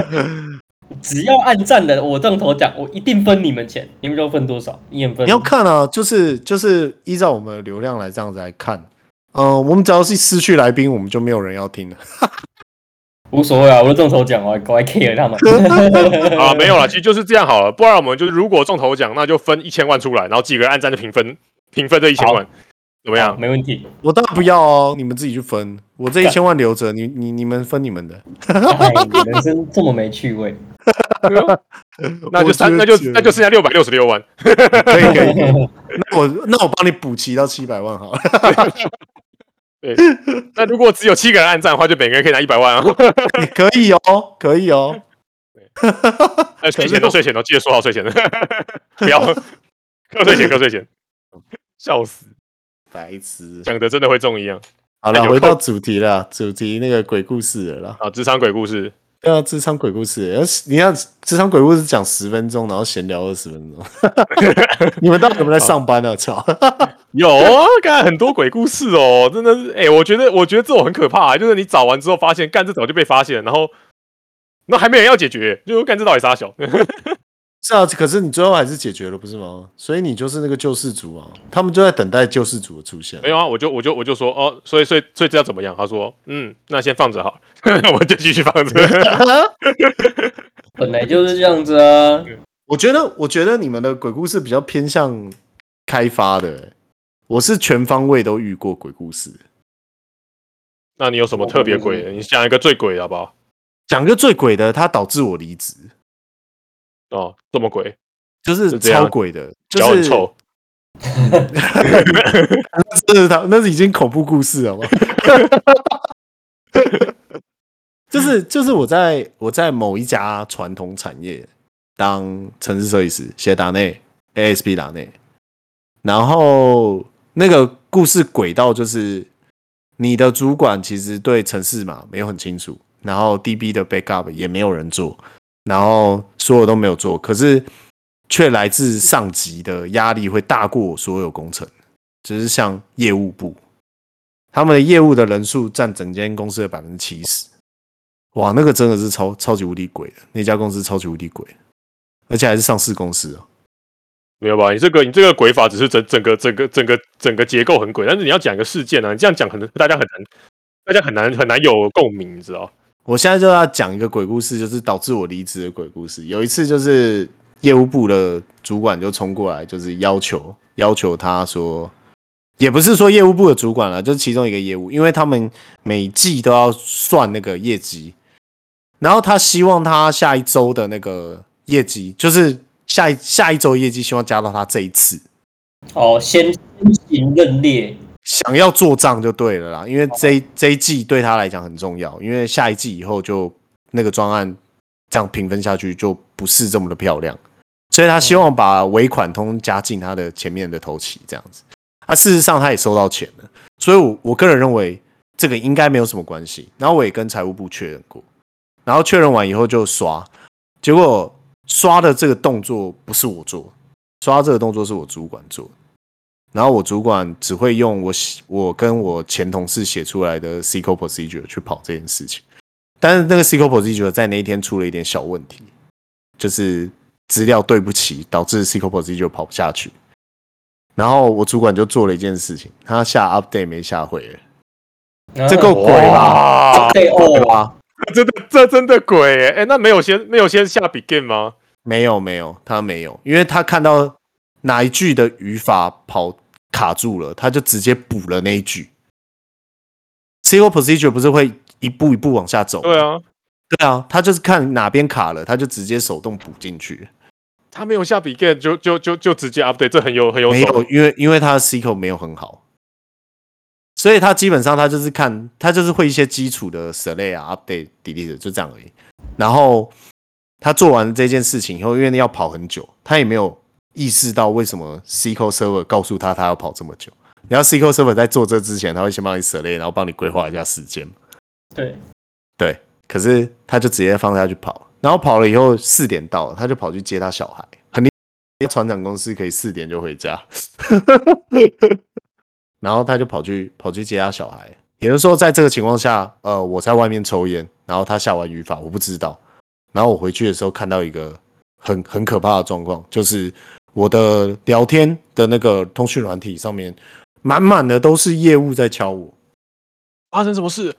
S2: 只要按赞的我中头奖，我一定分你们钱，你们就分多少，一人分。
S1: 你要看啊，就是就是依照我们的流量来这样子来看，嗯、我们只要是失去来宾，我们就没有人要听了。
S2: 无所谓啊，我都中头奖，我还我还 care 他们。
S3: 啊没有啦，其实就是这样好了。不然我们就是如果中头奖，那就分一千万出来，然后几个人按赞就平分平分这一千万，怎么
S2: 好
S3: 样？
S2: 没问题。
S1: 我当然不要哦，你们自己去分，我这一千万留着，你你你们分你们的。
S2: 哎，你人生这么没趣味。
S3: 那就三
S1: 我
S3: 那
S1: 觉得
S3: 就那就剩下六百六十六万。
S1: 可以 可以可以，那我那我帮你补齐到七百万好了。
S3: 对，那如果只有七个人按赞的话，就每个人可以拿一百万啊。
S1: 也可以哦，可以哦。可
S3: 哎，睡
S1: 是
S3: 前都
S1: 我
S3: 睡前都记得说好睡前的， 不要瞌睡前瞌睡前，笑死，
S1: 白痴。哎
S3: 讲的真的会中一样
S1: 好
S3: 那
S1: 了，
S3: 有
S1: 回
S3: 空
S1: 到主题了，主题那个鬼故事了啦。
S3: 啊！职场鬼故事，
S1: 对啊，职场鬼故事，要是你看职场鬼故事讲十分钟，然后闲聊二十分 钟。你们到底有没有在上班啊？操！
S3: 有啊，干很多鬼故事哦，真的是，哎、我觉得我觉得这种很可怕、欸就是你找完之后发现，干这早就被发现，然后那还没人要解决，就是干这到底啥小？
S1: 是啊，可是你最后还是解决了，不是吗？所以你就是那个救世主啊，他们就在等待救世主的出现
S3: 没。有啊，我就我就我就说哦，所以所以所以这要怎么样？他说嗯，那先放着好了， 我就继续放着。
S2: 本来就是这样子 啊。
S1: 我觉得，我觉得你们的鬼故事比较偏向开发的、欸我是全方位都遇过鬼故事。
S3: 那你有什么特别鬼的？你想一个最鬼的好不好？
S1: 讲个最鬼的，它导致我离职，
S3: 哦，这么鬼，
S1: 就是
S3: 是这样
S1: 超鬼的，
S3: 脚
S1: 就
S3: 很
S1: 是
S3: 臭，
S1: 这是他，那是已经恐怖故事了吗？ 就是就是我在我在某一家传统产业当城市设计师，写打内 ASP 打内，然后那个故事轨道就是你的主管其实对城市嘛没有很清楚，然后 DB 的 backup 也没有人做，然后所有都没有做，可是却来自上级的压力会大过我所有工程。只是像业务部，他们的业务的人数占整间公司的百分之七十。哇，那个真的是超超级无敌鬼的，那家公司超级无敌鬼的，而且还是上市公司哦。
S3: 没有吧？你这个你这个鬼法只是整整个整个整个整个结构很鬼，但是你要讲一个事件啊，你这样讲很大家很难，大家很难很难有共鸣，你知道？
S1: 我现在就要讲一个鬼故事，就是导致我离职的鬼故事。有一次，就是业务部的主管就冲过来，就是要求要求他说，也不是说业务部的主管了，就是其中一个业务，因为他们每季都要算那个业绩，然后他希望他下一周的那个业绩，就是下一下一周业绩，希望加到他这一次，
S2: 哦，先先行认列，
S1: 想要做账就对了啦，因为这一这一季对他来讲很重要，因为下一季以后就那个专案这样平分下去就不是这么的漂亮，所以他希望把尾款通通加进他的前面的头期这样子。啊，事实上他也收到钱了，所以我我个人认为这个应该没有什么关系。然后我也跟财务部确认过，然后确认完以后就刷，结果刷的这个动作不是我做，刷这个动作是我主管做的。然后我主管只会用我写我跟我前同事写出来的 C code procedure 去跑这件事情，但是那个 C code procedure 在那一天出了一点小问题，就是资料对不齐，导致 C code procedure 跑不下去。然后我主管就做了一件事情，他下 update 没下回了，
S2: 啊
S1: 这够
S3: 哦
S1: 鬼吧？
S3: 哇，
S2: 背
S1: 对
S2: 哦，
S1: 吧？
S3: 真的这真的鬼哎、哎、那没有先没有先下 begin 吗？
S1: 没有没有，他没有，因为他看到哪一句的语法跑卡住了，他就直接补了那一句。SQL procedure 不是会一步一步往下走？
S3: 对，啊，
S1: 对啊，他就是看哪边卡了，他就直接手动补进去。
S3: 他没有下 begin 就就就就直接 update，这很有很有
S1: 没
S3: 手
S1: 有，因为因为他的 SQL 没有很好，所以他基本上他就是看他就是会一些基础的 select 啊、update、delete 就这样而已。然后他做完这件事情以后，因为要跑很久，他也没有意识到为什么 SQL Server 告诉他他要跑这么久。然后 SQL Server 在做这之前，他会先帮你 select，然后帮你规划一下时间。
S2: 对，
S1: 对，可是他就直接放他去跑，然后跑了以后四点到了，他就跑去接他小孩，很厉害船长公司可以四点就回家， 然后他就跑去跑去接他小孩，也就是说，在这个情况下，呃，我在外面抽烟，然后他下完语法我不知道，然后我回去的时候看到一个很很可怕的状况，就是我的聊天的那个通讯软体上面满满的都是业务在敲我。
S3: 发生什么事？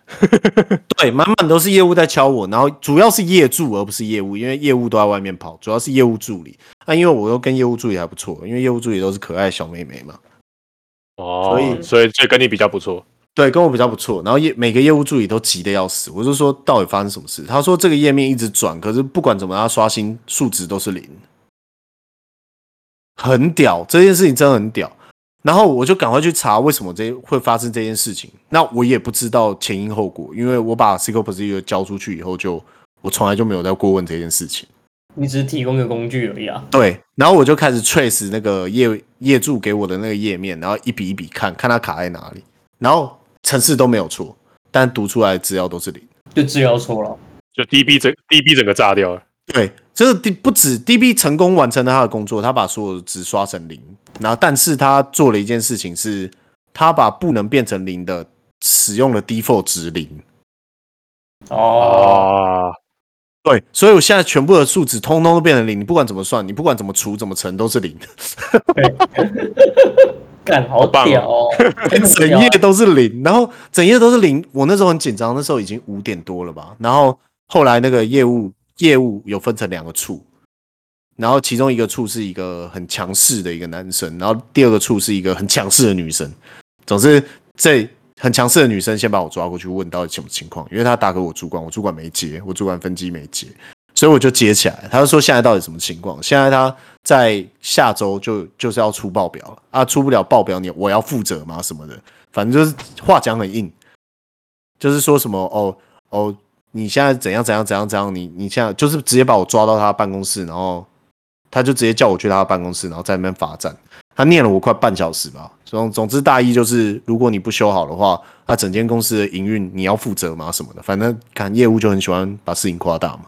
S1: 对，满满都是业务在敲我，然后主要是业助而不是业务，因为业务都在外面跑，主要是业务助理。那、因为我又跟业务助理还不错，因为业务助理都是可爱小妹妹嘛，
S3: 哦，
S1: 所
S3: 所
S1: 以
S3: 以所以这跟你比较不错，
S1: 对，跟我比较不错。然后业每个业务助理都急得要死，我就说到底发生什么事？他说这个页面一直转，可是不管怎么样，他刷新数值都是零，很屌，这件事情真的很屌。然后我就赶快去查为什么这会发生这件事情。那我也不知道前因后果，因为我把 C o procedure 交出去以后就，我从来就没有再过问这件事情。
S2: 你只是提供一个工具而已啊。
S1: 对，然后我就开始 trace 那个业业主给我的那个页面，然后一笔一笔看看它卡在哪里，然后程式都没有错，但读出来的资料都是零。
S2: 就治疗错了，
S3: 就 DB 整 DB 整个炸掉了。
S1: 对，这是 D 不止 DB 成功完成了他的工作，他把所有的值刷成零，然后但是他做了一件事情是，他把不能变成零的使用了 default 值零。
S2: 哦，
S3: 啊，
S1: 对，所以我现在全部的数值通通都变成零，你不管怎么算，你不管怎么除怎么乘都是零，
S2: 干好
S3: 棒哦
S2: 屌哦，
S1: 整
S2: 很
S1: 页
S2: 屌啊
S1: 都是零，然后整页都是零。我那时候很紧张，那时候已经五点多了吧。然后后来那个业务业务有分成两个处，然后其中一个处是一个很强势的一个男生，然后第二个处是一个很强势的女生。总之，这很强势的女生先把我抓过去问到底什么情况，因为她打给我主管，我主管没接，我主管分机没接，所以我就接起来。他就说现在到底什么情况？现在他在下周就就是要出报表了啊，出不了报表你我要负责吗？什么的，反正就是话讲很硬，就是说什么哦哦，你现在怎样怎样怎样怎样，你你现在就是直接把我抓到他办公室，然后他就直接叫我去他的办公室，然后在那边罚站。他念了我快半小时吧。总总之大意就是，如果你不修好的话，那整间公司的营运你要负责吗？什么的，反正看业务就很喜欢把事情夸大嘛。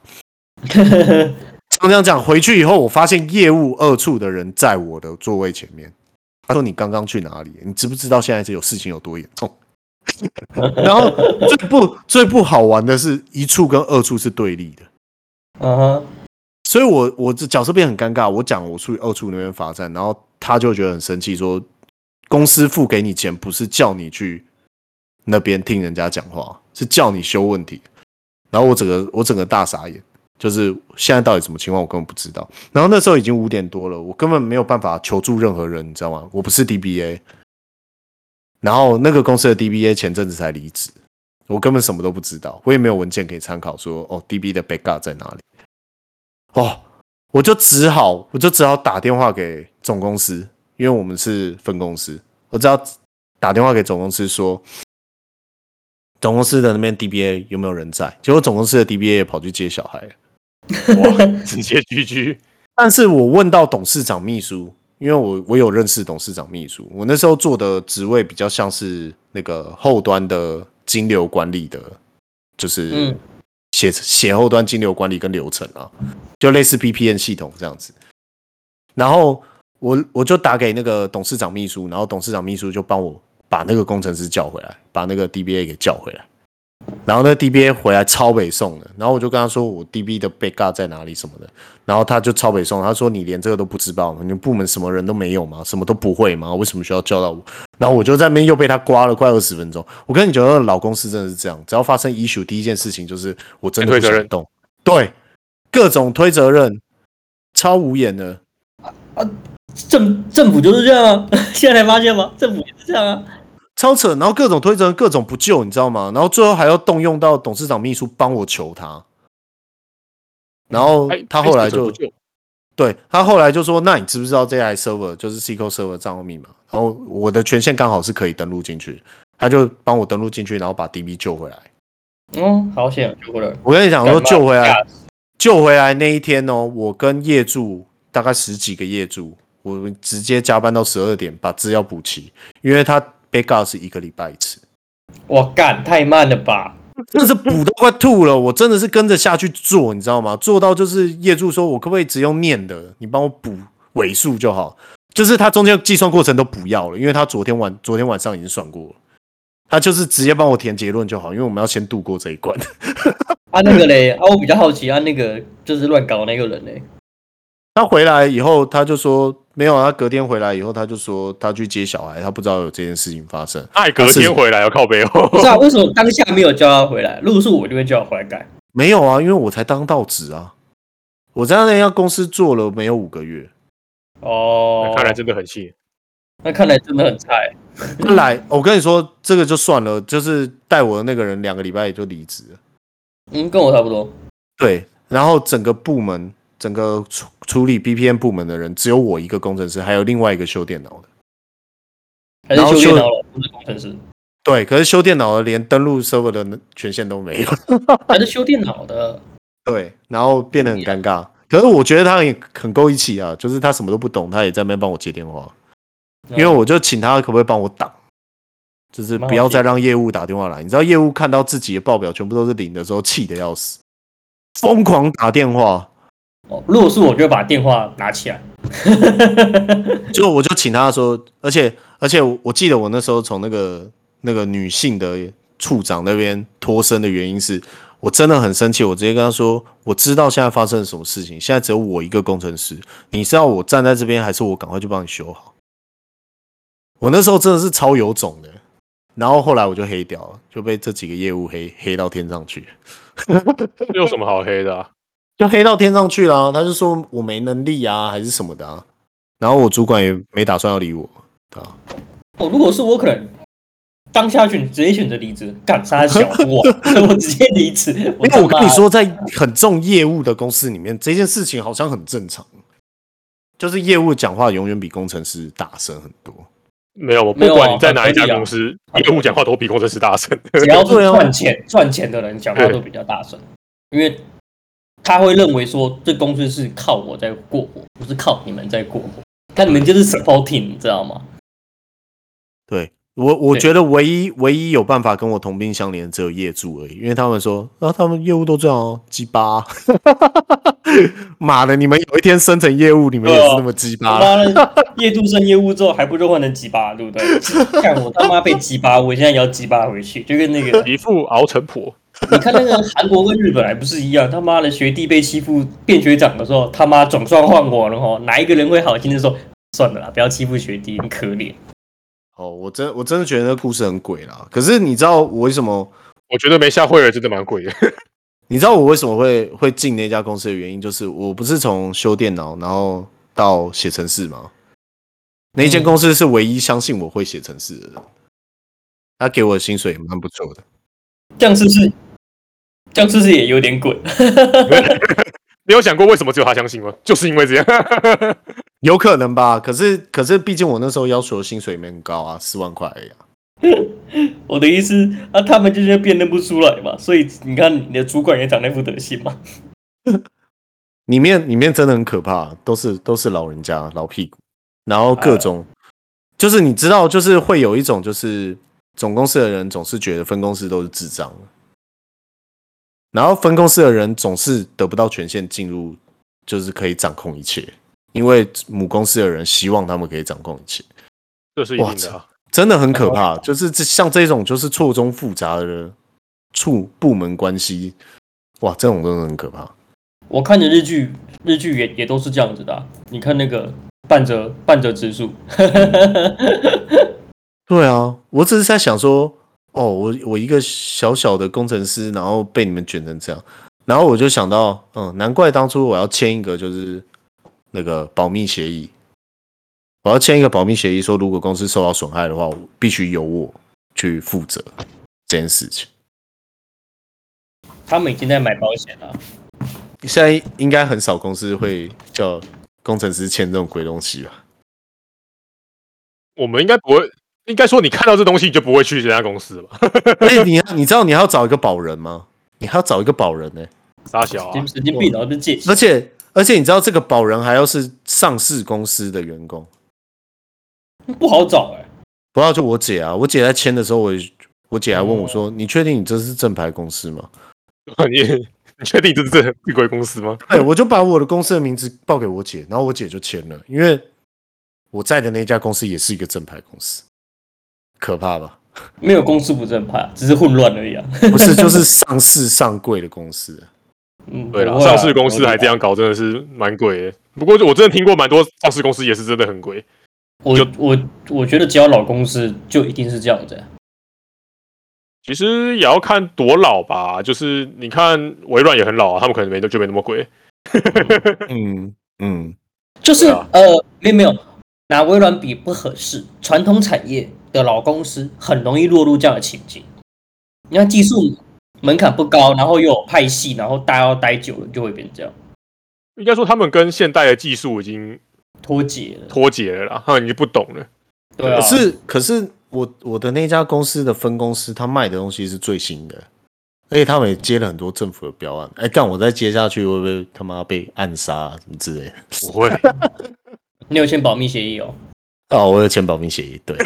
S1: 常常讲，回去以后我发现业务二处的人在我的座位前面，他说：“你刚刚去哪里？你知不知道现在这有事情有多严重？” 然后最不最不好玩的是一处跟二处是对立的，
S2: 嗯哼，
S1: 所以我我这角色变很尴尬。我讲我去二处那边罚站，然后他就觉得很生气，说公司付给你钱不是叫你去那边听人家讲话，是叫你修问题。然后我整个我 整个大傻眼，就是现在到底什么情况我根本不知道。然后那时候已经五点多了，我根本没有办法求助任何人，你知道吗？我不是 DBA，然后那个公司的 DBA 前阵子才离职，我根本什么都不知道，我也没有文件可以参考说哦 DB 的 backup 在哪里。哦，我就只好我就只好打电话给总公司，因为我们是分公司，我只好打电话给总公司说，总公司的那边 DBA 有没有人在？结果总公司的 DBA 也跑去接小孩了。
S3: 哇，直接 GG，
S1: 但是我问到董事长秘书，因为我我有认识董事长秘书，我那时候做的职位比较像是那个后端的金流管理的，就是
S2: 嗯
S1: 写写后端金流管理跟流程啊，就类似 BPN 系统这样子。然后我我就打给那个董事长秘书，然后董事长秘书就帮我把那个工程师叫回来，把那个 DBA 给叫回来。然后那 DBA 回来超北宋的，然后我就跟他说我 DB 的 backup 在哪里什么的，然后他就超北宋，他说你连这个都不知道吗？你们部门什么人都没有吗？什么都不会吗？为什么需要叫到我？然后我就在那边又被他刮了快二十分钟。我跟你讲，老公司真的是这样，只要发生 issue，第一件事情就是我真的不
S3: 推责任
S1: 想动，对，各种推责任，超无言的。
S2: 政政府就是这样啊， 现在才发现吗？政府也是这样啊。
S1: 超扯，然后各种推责任，各种不救，你知道吗？然后最后还要动用到董事长秘书帮我求他，然后
S3: 哎
S1: 他后来
S3: 怎
S1: 就
S3: 么不救
S1: 对他后来就说：“那你知不知道这台 server 就是 SQL server 账号密码？”然后我的权限刚好是可以登录进去，他就帮我登录进去，然后把 DB 救回来。哦
S2: 嗯，好险，救过了。
S1: 我跟你讲，说
S2: 干嘛
S1: 救回来，救回来那一天哦，我跟业主大概十几个业主，我们直接加班到十二点把资料补齐，因为他 backup 是一个礼拜一次。
S2: 我干，太慢了吧？
S1: 真的是补到快吐了，我真的是跟着下去做，你知道吗？做到就是业主说我可不可以只用念的，你帮我补尾数就好，就是他中间计算过程都不要了，因为他昨天晚昨天晚上已经算过了，他就是直接帮我填结论就好，因为我们要先度过这一关。
S2: 啊，那个 嘞，啊，我比较好奇，啊，那个就是乱搞那个人嘞，
S1: 他回来以后，他就说没有啊，他隔天回来以后，他就说他去接小孩，他不知道有这件事情发生。
S3: 爱隔天回来要靠背哦
S2: 不。是啊？为什么当下没有叫他回来？如果是我，就会叫他回来改。
S1: 没有啊，因为我才当到职啊，我在那家公司做了没有五个月，
S2: 哦，
S3: 看来真的很气，
S2: 那看来真的很菜。
S1: 他来，我跟你说，这个就算了，就是带我的那个人两个礼拜也就离职了。
S2: 嗯，跟我差不多。
S1: 对，然后整个部门，整个处处理 BPM 部门的人，只有我一个工程师，还有另外一个修电脑的。
S2: 还是
S1: 然后
S2: 修
S1: 就
S2: 电脑了，不是工程师，
S1: 对，可是修电脑的连登录 server 的权限都没有。
S2: 还是修电脑的。
S1: 对，然后变得很尴尬。可是我觉得他也很够义气啊，就是他什么都不懂，他也在那边帮我接电话，因为我就请他可不可以帮我挡，就是不要再让业务打电话来。你知道业务看到自己的报表全部都是零的时候，气得要死，疯狂打电话。
S2: 哦，如果是我，就会把电话拿起来。
S1: 就我就请他说，而且而且我我记得我那时候从那个那个女性的处长那边脱身的原因是，我真的很生气，我直接跟他说，我知道现在发生了什么事情，现在只有我一个工程师，你是要我站在这边，还是我赶快去帮你修好？我那时候真的是超有种的，然后后来我就黑掉了，就被这几个业务黑黑到天上去，
S3: 这有什么好黑的啊？
S1: 就黑到天上去啦、他就说我没能力啊，还是什么的啊，然后我主管也没打算要理我，对啊。
S2: 哦，如果是我，可能当下选直接选择离职，干 杀小我，我直接离职。
S1: 因为我跟
S2: 他
S1: 你
S2: 妈，
S1: 说，在很重业务的公司里面，这件事情好像很正常，就是业务讲话永远比工程师大声很多。
S3: 没有，我
S2: 没
S3: 不
S2: 有啊
S3: 管你在哪一家
S2: 很合理啊
S3: 公司，业务讲话都比工程师大声。
S2: 只要是
S1: 对啊
S2: 赚钱赚钱的人，讲话都比较大声，因为他会认为说这公司是靠我在过活，不是靠你们在过活。但你们就是
S1: 嗯
S2: supporting，你知道吗？
S1: 对我，我
S2: 对
S1: 觉得唯一唯一有办法跟我同病相怜的只有业主而已，因为他们说啊，他们业务都这样哦，鸡巴， 妈的，你们有一天生成业务，你们也
S2: 对啊
S1: 是那么鸡巴。
S2: 他妈的，业主升业务之后，还不就换成鸡巴，对不对？看我他妈被鸡巴，我现在也要鸡巴回去，就跟那个
S3: 一副熬成婆，
S2: 你看那个韩国跟日本还不是一样？他妈的学弟被欺负变学长的时候，他妈总算换我了吼！哪一个人会好心的说算了啦，不要欺负学弟，很可怜。
S1: 哦，我真我真的觉得那故事很鬼啦。可是你知道我为什么？
S3: 我觉得没下惠儿真的蛮贵的。
S1: 你知道我为什么会会进那家公司的原因，就是我不是从修电脑然后到写程式吗？那一间公司是唯一相信我会写程式的人，他给我的薪水也蛮不错的。
S2: 这样是不是？这样是不是也有点滚？
S3: 你有想过为什么只有他相信吗？就是因为这样，
S1: 有可能吧，可是可是，毕竟我那时候要求的薪水也没很高啊，四万块而已、啊。
S2: 我的意思啊，他们就是辨认不出来嘛，所以你看你的主管也长那副德行嘛。
S1: 里面里面真的很可怕，都是都是老人家老屁股，然后各种、就是你知道，就是会有一种就是总公司的人总是觉得分公司都是智障的，然后分公司的人总是得不到权限进入，就是可以掌控一切，因为母公司的人希望他们可以掌控一切。
S3: 这是一定的、啊。
S1: 真的很可怕，就是这像这种就是错综复杂的处部门关系，哇，这种真的很可怕。
S2: 我看的日剧，日剧也也都是这样子的啊、你看那个半泽半泽直树，
S1: 对啊，我只是在想说，哦，我我一个小小的工程师，然后被你们卷成这样，然后我就想到，嗯，难怪当初我要签一个就是那个保密协议，我要签一个保密协议，说如果公司受到损害的话，我必须由我去负责这件事情。
S2: 他们已经在买保险了。啊
S1: 现在应该很少公司会叫工程师签这种鬼东西吧？
S3: 我们应该不会，应该说你看到这东西你就不会去这家公司吧？
S1: 而且哎你你知道你还要找一个保人吗？你还要找一个保人呢、
S3: 傻小啊
S2: 神，神经病，然后就借钱
S1: 而且而且你知道这个保人还要是上市公司的员工，
S2: 不好找哎、
S1: 不要就我姐啊，我姐在签的时候我，也我姐还问我说：“你确定你这是正牌公司 吗
S3: 你你确定这是这是贵公司吗？”
S1: 哎，我就把我的公司的名字报给我姐，然后我姐就签了，因为我在的那家公司也是一个正牌公司，可怕吧？
S2: 没有公司不正派，只是混乱而已 啊。
S1: 不是，就是上市上柜的公司。
S2: 嗯，
S3: 对了，
S2: 不会啊
S3: 上市公司还这样，搞，真的是蛮贵的。不过就我真的听过蛮多上市公司也是真的很贵，
S2: 我
S3: 就
S2: 我我觉得只要老公司就一定是这样子、
S3: 其实也要看多老吧。就是你看微软也很老啊，他们可能没就没那么贵。
S1: 嗯嗯，
S2: 就是、
S3: 对啊
S2: 呃，没有没有，拿微软比不合适。传统产业的老公司很容易落入这样的情境。你看技术门槛不高，然后又有派系，然后大家要待久了就会变这样
S3: 应该说他们跟现代的技术已经
S2: 脱节了。
S3: 脱节了啦，他们已经不懂了。
S2: 对啊，
S1: 可是可是我我的那家公司的分公司，他卖的东西是最新的，而且他们也接了很多政府的标案。哎，干我再接下去会不会他妈被暗杀、啊、什么之类的？
S3: 不会，
S2: 你有签保密协议哦。
S1: 哦，我有签保密协议， 对。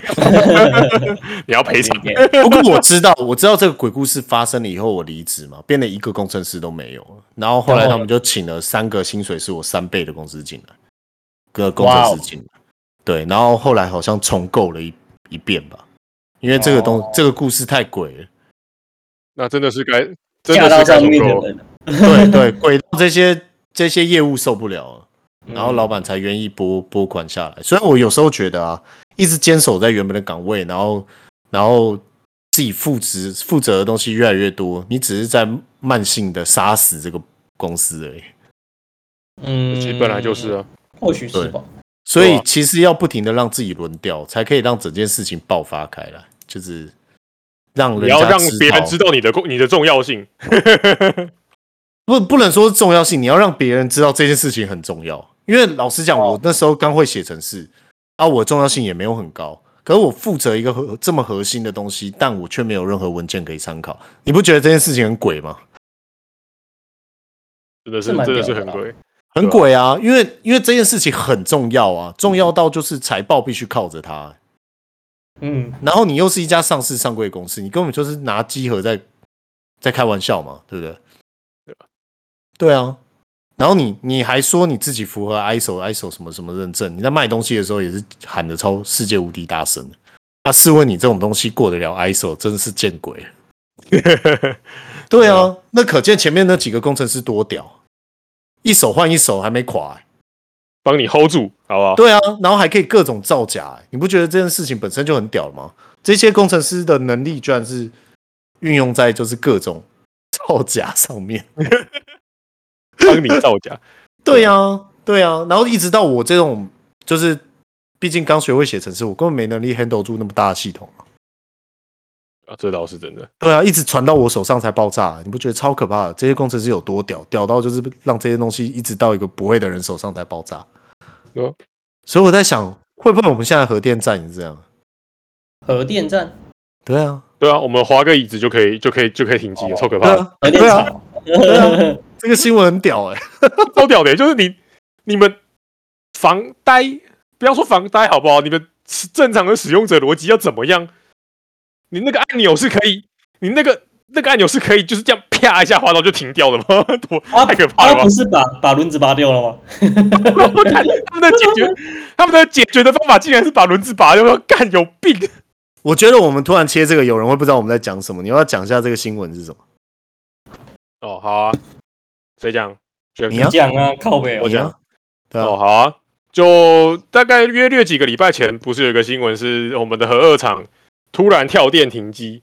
S3: 你要赔偿。
S1: 不过我知道，我知道这个鬼故事发生了以后，我离职嘛，变得一个工程师都没有了。然后后来他们就请了三个薪水是我三倍的公司进来，
S2: 哦
S1: 个工程师进来，对。然后后来好像重构了一一遍吧，因为这个东、
S2: 哦
S1: 这个故事太鬼了，
S3: 那真的是该 真
S2: 嫁
S3: 的
S2: 到
S3: 是该
S2: 上
S3: 重
S2: 面
S3: 购
S2: 的。人，嗯
S1: 对对，鬼到这些这些业务受不了了，
S2: 嗯
S1: 然后老板才愿意拨拨款下来。虽然我有时候觉得啊，一直坚守在原本的岗位，然后然后自己负职负责的东西越来越多，你只是在慢性的杀死这个公司而已。
S2: 嗯，
S3: 其实本来就是啊，
S2: 或许是
S1: 对
S2: 吧。
S1: 所
S3: 对
S1: 以
S3: 啊
S1: 其实要不停的让自己轮调，才可以让整件事情爆发开来，就是让嗯人
S3: 你要
S1: 家
S3: 让别人知
S1: 道，
S3: 道你的功你的重要性。
S1: 不不能说是重要性，你要让别人知道这件事情很重要。因为老实讲，我那时候刚会写程式，啊，我重要性也没有很高，可是我负责一个核这么核心的东西，但我却没有任何文件可以参考，你不觉得这件事情很鬼吗？
S3: 真的是
S2: 是蛮
S3: 真的是
S2: 屌的啊
S3: 很
S2: 啦
S3: 贵。
S1: 很鬼啊，因为因为这件事情很重要啊，重要到就是财报必须靠着它、
S2: 嗯，
S1: 然后你又是一家上市上柜公司，你根本就是拿鸡盒在在开玩笑嘛，对不对？对啊，然后你你还说你自己符合 ISO ISO 什么什么认证，你在卖东西的时候也是喊的超世界无敌大声的。那试问你这种东西过得了 ISO，真的是见鬼！对啊，那可见前面那几个工程师多屌，一手换一手还没垮欸、
S3: 帮你 hold 住，好不好？
S1: 对啊，然后还可以各种造假、欸你不觉得这件事情本身就很屌了吗？这些工程师的能力居然是运用在就是各种 造假上面。
S3: 帮你造假，
S1: 对啊，对啊，然后一直到我这种就是，毕竟刚学会写程式，我根本没能力 handle 住那么大的系统啊。
S3: 啊，这倒是真的。
S1: 对啊，一直传到我手上才爆炸，欸你不觉得超可怕的？这些工程师有多屌？屌到就是让这些东西一直到一个不会的人手上才爆炸。
S3: 对啊
S1: 所以我在想，会不会我们现在核电站也是这样？
S2: 核电站、
S1: 对啊，
S3: 对啊，我们划个椅子就可以，就可以，就可以停机了，超
S1: 对
S3: 可怕的，
S1: 啊，
S2: 核电
S1: 对啊，
S2: 厂，
S1: 对啊这个新闻很屌哎、
S3: 超屌的。就是你你们防呆，不要说防呆好不好？你们正常的使用者逻辑要怎么样？你那个按钮是可以，你那个那个按钮是可以就是这样啪一下滑倒就停掉的吗？ 多
S2: 他
S3: 太可怕了
S2: 他
S3: 吧
S2: 不！是把把轮子拔掉了吗？
S3: 我看他们的解决，他们的解决的方法竟然是把轮子拔掉，我说干有病！
S1: 我觉得我们突然切这个，有人会不知道我们在讲什么。你要不要讲一下这个新闻是什么？
S3: 哦，好啊，谁讲？
S1: 你要
S2: 讲啊，靠北哦
S3: 我，讲，
S1: 对
S3: 哦，
S1: 啊，
S3: 好啊，就大概约略几个礼拜前，不是有一个新闻是我们的核二厂突然跳电停机，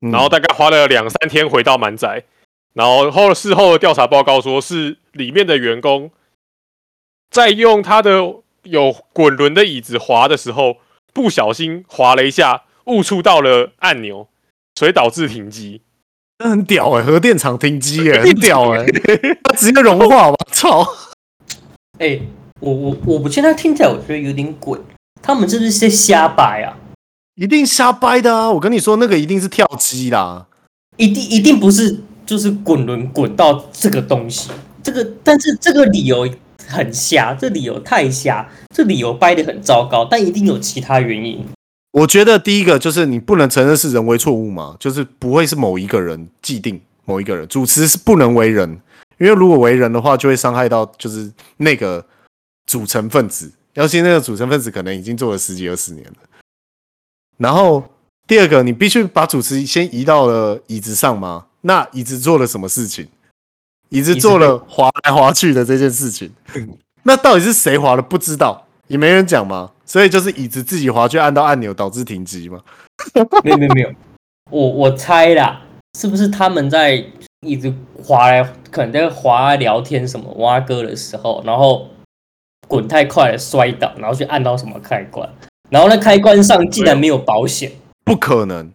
S1: 嗯
S3: 然后大概花了两三天回到满载，然后后事后的调查报告说是里面的员工在用他的有滚轮的椅子滑的时候，不小心滑了一下，误触到了按钮，所以导致停机。
S1: 那很屌哎、核电厂停机哎、 很屌哎、它直接融化吧， 操！
S2: 哎，我我我不现在听起来我觉得有点鬼，他们是不是在瞎掰啊？
S1: 一定瞎掰的啊！我跟你说，那个一定是跳机啦。
S2: 一定一定不是就是滚轮滚到这个东西，这个但是这个理由很瞎，这理由太瞎，这理由掰得很糟糕，但一定有其他原因。
S1: 我觉得第一个就是你不能承认是人为错误嘛，就是不会是某一个人既定某一个人，主持是不能为人，因为如果为人的话，就会伤害到就是那个组成分子，尤其那个组成分子可能已经做了十几二十年了。然后第二个，你必须把主持先移到了椅子上嘛，那椅子做了什么事情？椅子做了滑来滑去的这件事情，那到底是谁滑的不知道，也没人讲嘛，所以就是椅子自己滑去按到按钮导致停机嘛。
S2: 没有没有没有， 我我猜啦，是不是他们在一直滑来，可能在滑聊天什么蛙哥的时候，然后滚太快了摔倒，然后去按到什么开关，然后那开关上竟然没有保险，
S1: 不可能，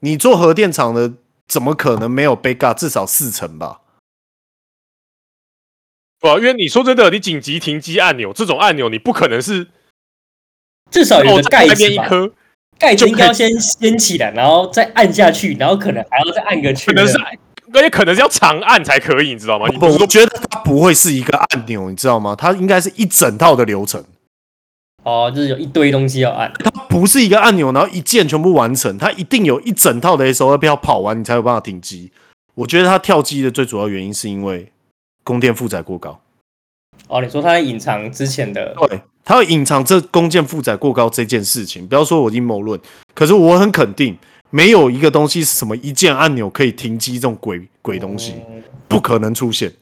S1: 你做核电厂的怎么可能没有被尬？至少四成吧。
S3: 对、啊，因为你说真的，你紧急停机按钮这种按钮，你不可能是
S2: 至少有
S3: 哦
S2: 个盖
S3: 那
S2: 子
S3: 边一
S2: 吧。
S3: 颗，
S2: 盖子应该要
S3: 就
S2: 先掀起来，然后再按下去，然后可能还要再按个确
S3: 可
S2: 认
S3: 能。是，而且可能是要长按才可以，你知道吗？你
S1: 不，
S3: 不是
S2: 哦
S1: 我
S3: 说
S1: 觉得它不会是一个按钮，你知道吗？它应该是一整套的流程，
S2: 哦，就是有一堆东西要按。
S1: 它不是一个按钮，然后一键全部完成，它一定有一整套的 SOP 要跑完，你才有办法停机。我觉得它跳机的最主要原因是因为供电负载过高。
S2: 哦，你说他在隐藏之前的，
S1: 对，他要隐藏这弓箭负载过高这件事情。不要说我阴谋论，可是我很肯定，没有一个东西是什么一键按钮可以停机这种鬼鬼东西，
S2: 嗯
S1: 不可能出现。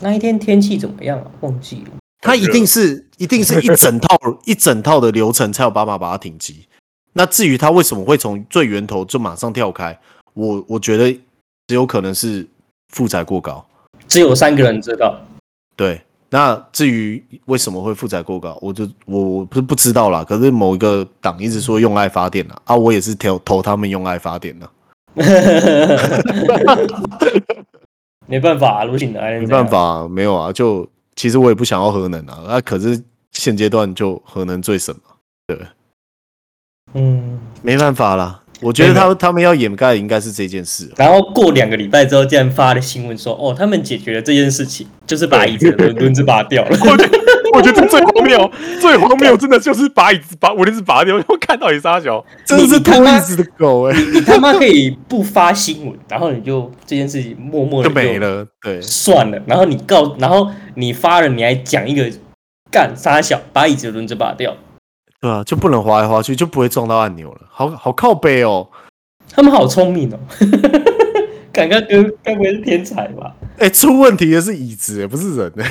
S2: 那一天天气怎么样啊？忘记了。
S1: 它一定是一定 是一整套一整套的流程才有办法把它停机。那至于它为什么会从最源头就马上跳开，我我觉得只有可能是负载过高。
S2: 只有三个人知道。
S1: 对，那至于为什么会负载过高，我就我我不是不知道啦。可是某一个党一直说用爱发电啦，啊，我也是投投他们用爱发电啊的，
S2: 没办法、啊，卢锦来，
S1: 没办。法、没有啊，就其实我也不想要核能啊，啊，可是现阶段就核能最省嘛，
S2: 嗯，
S1: 没办法啦。我觉得
S2: 没
S1: 他他们要掩盖的应该是这件事，
S2: 然后过两个礼拜之后，竟然发了新闻说，哦，他们解决了这件事情，就是把椅子的 轮轮子拔掉了。
S3: 我觉得，我觉得这最荒谬，最荒谬，真的就是把椅子把我的椅子拔掉，我看到底啥小，
S1: 真的是拖椅子的狗哎、
S2: 你他妈可以不发新闻，然后你就这件事情默默的
S1: 就没了。对，
S2: 算了，然后你告，然后你发了，你还讲一个干傻小，把椅子的轮子拔掉，
S1: 对啊，就不能滑来滑去，就不会撞到按钮了，好好靠背哦。
S2: 他们好聪明哦， 敢干哥该不会是天才 吧？
S1: 哎、出问题的是椅子、不是人、欸，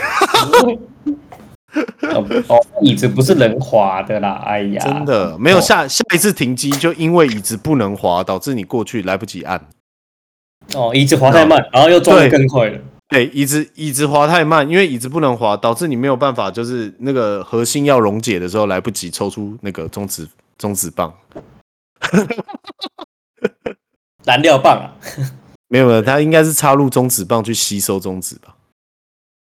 S2: 哦，哦椅子不是人滑的啦，哎呀，
S1: 真的没有
S2: 哦
S1: 下下一次停机，就因为椅子不能滑，导致你过去来不及按。
S2: 哦，椅子滑太慢，然后又撞得更快了，
S1: 对，椅子椅子滑太慢，因为椅子不能滑，导致你没有办法，就是那个核心要溶解的时候来不及抽出那个中子中子棒。
S2: 燃料棒啊，
S1: 没有没有，它应该是插入中指棒去吸收中指吧，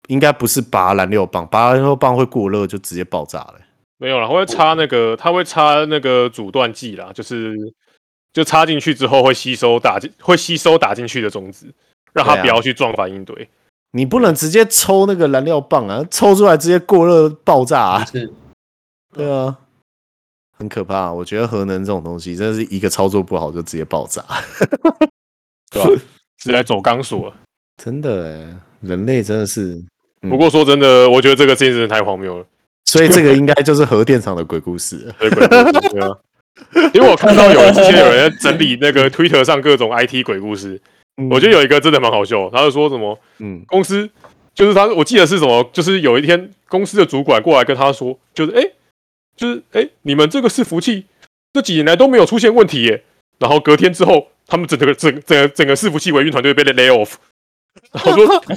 S1: 应该不是拔燃料棒，拔燃料棒会过热就直接爆炸了。
S3: 没有啦，会插那
S1: 哦
S3: 个，它会插那个阻断剂啦，就是就插进去之后会吸收打进，会吸收打进去的种子，让它
S1: 对啊
S3: 不要去撞反应堆。
S1: 你不能直接抽那个燃料棒啊，抽出来直接过热爆炸、啊，
S2: 是
S1: 对啊，很可怕、啊我觉得核能这种东西真的是一个操作不好就直接爆炸，
S3: 对
S1: 啊
S3: 吧？ 是来走钢索了。
S1: 真的哎、人类真的是，嗯
S3: 不过说真的，我觉得这个事情真的太荒谬了。
S1: 所以这个应该就是核电厂的鬼故事了。
S3: 对鬼故事，对 啊。因为我看到有之前有人在整理那个 Twitter 上各种 IT 鬼故事， 我觉得有一个真的蛮好笑的，他就说什么
S1: 嗯，
S3: 公司，就是他，我记得是什么，就是有一天公司的主管过来跟他说，就是哎、诶就是哎、诶你们这个伺服器这几年来都没有出现问题耶。然后隔天之后，他们整个整整个整个伺服器维运团队被 lay off。然后说，
S1: 哦
S3: 隔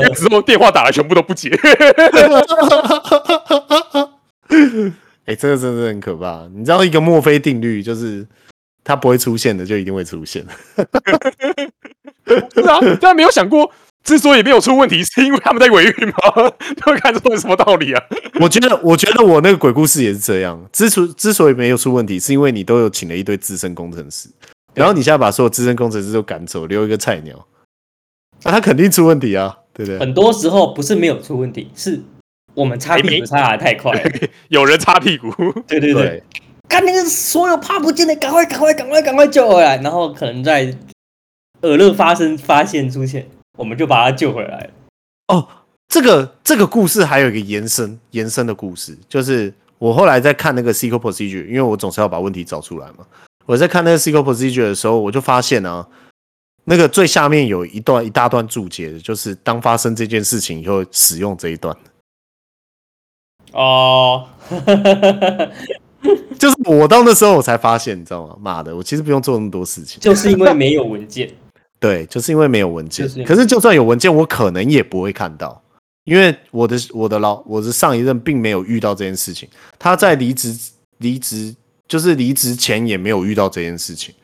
S3: 天之后电话打来全部都不接，
S1: 哎、这个真的是很可怕。啊你知道一个墨菲定律，就是它不会出现的就一定会出现。
S3: 是啊，大家没有想过，之所以没有出问题，是因为他们在维运吗？ 就看这是什么道理啊？
S1: 我觉得，我觉得我那个鬼故事也是这样。之所之所以没有出问题，是因为你都有请了一堆资深工程师，然后你现在把所有资深工程师都赶走，留一个菜鸟，那、他肯定出问题啊，对不对？
S2: 很多时候不是没有出问题，是我们擦屁股擦的太 快了。
S3: 有人擦屁股，
S2: 对对对，，看那个所有怕不进的，赶快赶快赶快赶快救回来，然后可能在耳乐发生发现出现，我们就把它救回来了。
S1: 哦，这个这个故事还有一个延伸延伸的故事，就是我后来在看那个 SQL procedure，因为我总是要把问题找出来嘛。我在看那个 SQL procedure 的时候，我就发现啊，那个最下面有一段一大段注解的，就是当发生这件事情以后，使用这一段。
S2: 哦，
S1: 就是我到那时候我才发现，你知道吗？妈的，我其实不用做那么多事情。
S2: 就是因为没有文件，
S1: 对，就是因为没有文件。
S2: 就是
S1: 可是就算有文件，我可能也不会看到，因为我的我的老我的上一任并没有遇到这件事情，他在离职离职就是离职前也没有遇到这件事情，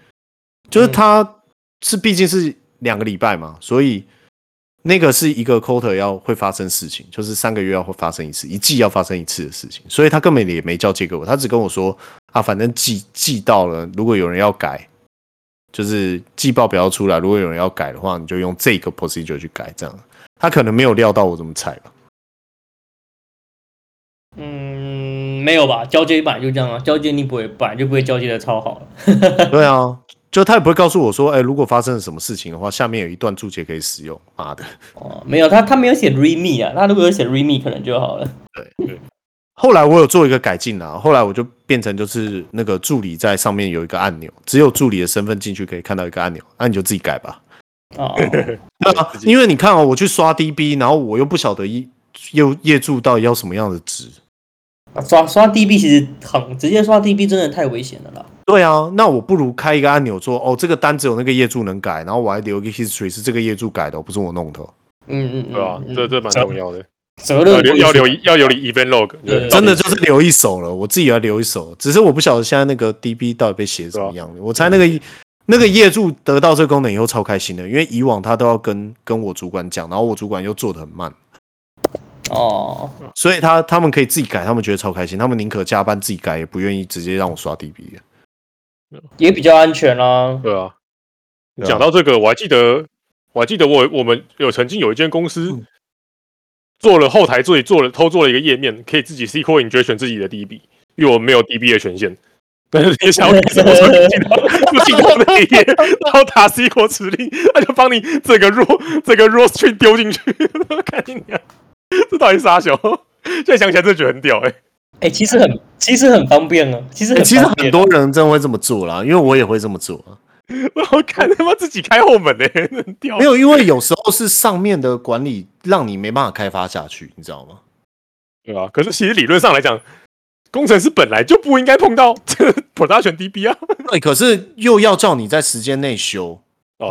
S1: 就是
S2: 嗯
S1: 他是毕竟是两个礼拜嘛，所以那个是一个 quarter 要会发生事情，就是三个月要会发生一次，一季要发生一次的事情，所以他根本也没交接给我，他只跟我说啊，反正季季到了，如果有人要改，就是季报表要出来，如果有人要改的话，你就用这个 procedure 去改，这样他可能没有料到我怎么踩 吧。
S2: 嗯，没有吧？交接版就这样啊，交接你不会，本来就不会交接的超好了。
S1: 对啊，就他也不会告诉我说，哎、如果发生了什么事情的话，下面有一段注解可以使用。妈的！
S2: 哦，没有他，他没有写 remi 啊，他如果有写 remi 可能就好了。
S1: 后来我有做一个改进啊啦，后来我就变成就是那个助理在上面有一个按钮，只有助理的身份进去可以看到一个按钮，那、你就自己改吧。
S2: 哦，
S1: 对啊，因为你看哦，我去刷 DB，然后我又不晓得业业业主到底要什么样的值。
S2: 刷刷 DB 其实很直接刷 DB 真的太危险了啦。
S1: 对啊，那我不如开一个按钮说，哦，这个单只有那个业主能改，然后我还留一个 history 是这个业主改的哦，不是我弄的哦。
S2: 嗯嗯嗯，
S3: 对吧？这这蛮重要的，
S2: 责
S3: 要
S2: 任
S3: 留要留要留 event log，
S2: 对
S3: 对
S1: 嗯真的就是留一手了，我自己要留一手，只是我不晓得现在那个 DB 到底被写成什么样了。我猜那个那个业主得到这个功能以后超开心的，因为以往他都要跟跟我主管讲，然后我主管又做的很慢，
S2: 哦。
S1: 所以他他们可以自己改，他们觉得超开心，他们宁可加班自己改，也不愿意直接让我刷 DB 了。
S2: 也比较安全啦、
S3: 对啊。
S1: 对啊
S3: 讲到这个，我还记得，我还记得我我们有曾经有一间公司
S1: 嗯
S3: 做了后台自己做了偷做了一个页面，可以自己 SQL injection 自己的 DB，因为我们没有 DB 的权限。但是 你 想要改什么时候进到进到那一页，然后打 SQL 指令，他就帮你整个 raw 整个 raw string 丢进去， 看你娘，这到底是啥小？现在想起来真的觉得很屌哎、
S2: 哎、其实很其实很方便啊，其实
S1: 欸
S2: 很、
S3: 哎
S1: 其实很，多人真的会这么做啦，因为我也会这么做啊。
S3: 然后看他妈自己开后门哎、 很屌。
S1: 没有，因为有时候是上面的管理让你没办法开发下去，你知道吗？
S3: 对吧？可是其实理论上来讲，工程师本来就不应该碰到 这个 production DB 啊。
S1: 对，可是又要叫你在时间内修，
S3: 哦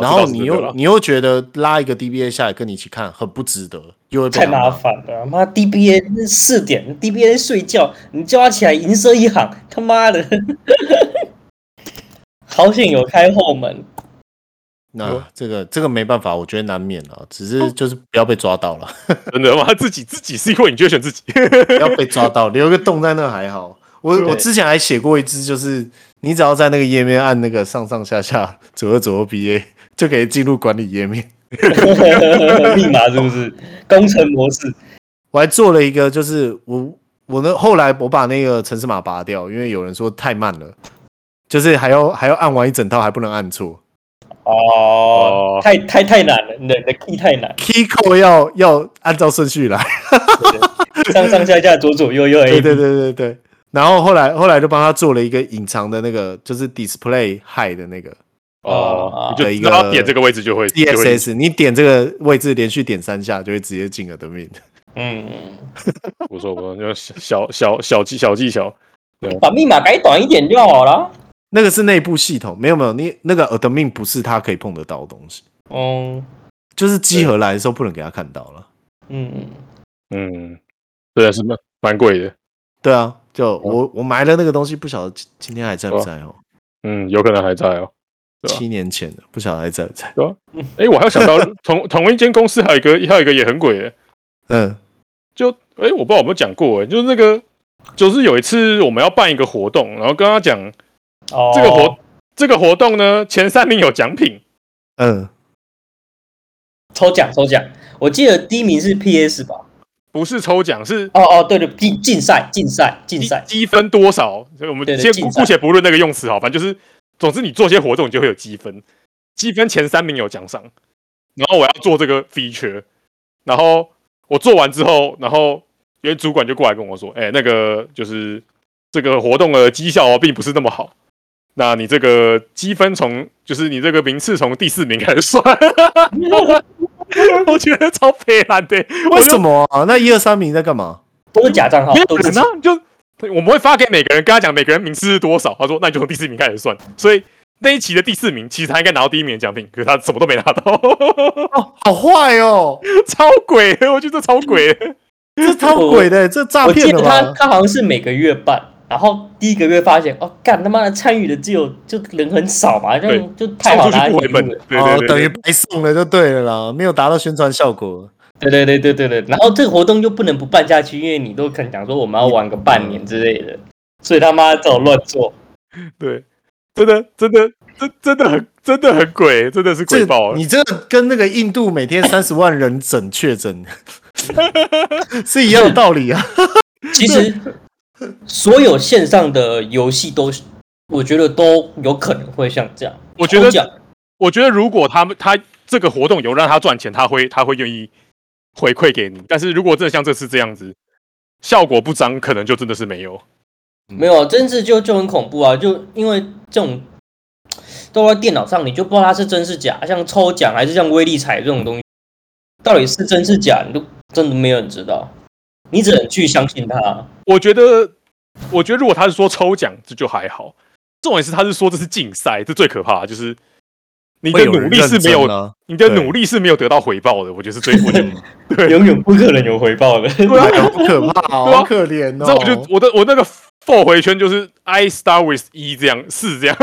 S1: 然
S3: 这
S1: 后
S3: 倒是
S1: 你
S3: 真的
S1: 又
S3: 啦
S1: 你又觉得拉一个 DBA 下来跟你一起看很不值得，又会被
S3: 啊
S2: 太
S1: 他
S2: 麻
S1: 骂。
S2: 烦了。妈，DBA 四点，DBA 睡觉，你叫他起来银色 一行，他妈的，好险有开后门。
S1: 那这个这个没办法，我觉得难免啊，只是就是不要被抓到了，
S3: 真的吗？ 自己自己 C 位，你就会选自己。
S1: 不要被抓到，留个洞在那还好。我
S3: 对
S1: 我之前还写过一支，就是你只要在那个页面按那个上上下下左右左右 B A，就可以进入管理页面。
S2: 密码是不是？工程模式，
S1: 我还做了一个，就是我我呢后来我把那个城市码拔掉，因为有人说太慢了，就是还要还要按完一整套还不能按错
S2: 哦
S3: 哦，
S2: 太太太难了，你的你的 key 太难，
S1: ，key code 要要按照顺序来。
S2: 上上下下左左右右 A，
S1: 对对对对对。然后后来后来就帮他做了一个隐藏的那个，就是 display high 的那个
S3: 哦，你就
S1: 的啊一
S3: 知
S1: 个
S3: 道他点这个位置就会就会
S1: DSS，你点这个位置连续点三下就会直接进了的命。
S2: 嗯，
S3: 不错不错，就小小小技小技巧。
S2: 把密码改短一点就好了。
S1: 那个是内部系统，没有没有，你那个 admin 不是他可以碰得到的东西，
S3: 哦
S2: 嗯
S1: 就是集合来的时候不能给他看到了。
S2: 嗯，
S3: 嗯，真的是蛮蛮贵的。
S1: 对啊，就我我埋了那个东西，不晓得今今天还在不在哦。
S3: 嗯，有可能还在哦。对啊
S1: 七年前的，不晓得还在不在。
S3: 哎，我还有 想到同同一间公司还有一个还有一个也很鬼的，
S1: 嗯，
S3: 就哎，我不知道有没有讲过哎，就是那个就是有一次我们要办一个活动，然后跟他讲
S2: 哦，
S3: 这个活这个活动呢前三名有奖品，
S1: 嗯，
S2: 抽奖抽奖，我记得第一名是 PS 吧？
S3: 不是抽奖是
S2: 哦哦，对对，竞竞赛竞赛竞
S3: 积
S2: 赛，
S3: 积分多少？所以我们
S2: 对对
S3: 先
S2: 竞
S3: 姑
S2: 赛
S3: 姑且不论那个用词好，反正就是，总之你做些活动，你就会有积分，积分前三名有奖赏。然后我要做这个 feature，然后我做完之后，然后因为主管就过来跟我说，哎、那个就是这个活动的绩效、哦、并不是那么好，那你这个积分从就是你这个名次从第四名开始算， 我觉得超悲惨的，
S1: 为
S3: 我就
S1: 什么啊？那一二三名在干嘛？
S2: 都是假账号
S3: 没，有
S2: 哦都是
S3: 人啊，就我们会发给每个人，跟他讲每个人名次是多少。他说那你就从第四名开始算。所以那一期的第四名，其实他应该拿到第一名的奖品，可是他什么都没拿到，
S1: 哦，好坏哦，
S3: 超鬼！我觉得这超鬼。
S1: 这超鬼的，这诈
S3: 啊
S2: 我记
S1: 骗
S2: 得
S1: 的
S2: 他
S1: 吧？
S2: 他好像是每个月办，然后第一个月发现，哦，干他妈的参与的只有就人很少嘛，就
S3: 对
S2: 就 太
S3: 送
S2: 好
S3: 出
S2: 拿
S3: 去不回
S2: 礼
S3: 本
S2: 物了。，
S3: 对
S1: 哦
S3: 对，对，
S1: 等于白送了就对了啦，没有达到宣传效果。
S2: 对对对对对对，然后这个活动又不能不办下去，因为你都肯讲说我们要玩个半年之类
S3: 嗯
S2: 的，所以他妈这种乱做，
S3: 对，真的真的真真的很真的很鬼，真的是鬼
S1: 这
S3: 爆了。
S1: 你这个跟那个印度每天三十万人整确 诊是一样的道理啊。
S2: 其实所有线上的游戏都，是，我觉得都有可能会像这样。
S3: 我觉得嗯
S2: 抽奖
S3: 我觉得如果他们他这个活动有让他赚钱，他会他会愿意回馈给你。但是如果真的像这次这样子，效果不彰，可能就真的是没有。
S2: 没有，啊真是就就很恐怖啊！就因为这种都在电脑上，你就不知道它是真是假，像抽奖还是像威力彩这种东西，到底是真是假，你都真的没有人知道，你只能去相信它。
S3: 我觉得，我觉得如果他是说抽奖，这就还好。重点是他是说这是竞赛，这最可怕的，就是 你的
S1: 会有
S3: 努
S1: 人
S3: 力是没有，
S1: 认真啊
S3: 你的
S1: 对
S3: 努力是没有得到回报的。我觉得是最我觉得，
S2: 永远不可能有回报的。
S1: 哎呦好可怕哦，
S3: 对啊
S1: 好可怜
S3: 你
S1: 哦。
S3: 知道，我就我的我那个 for 回圈就是 I star with 一这样是这样，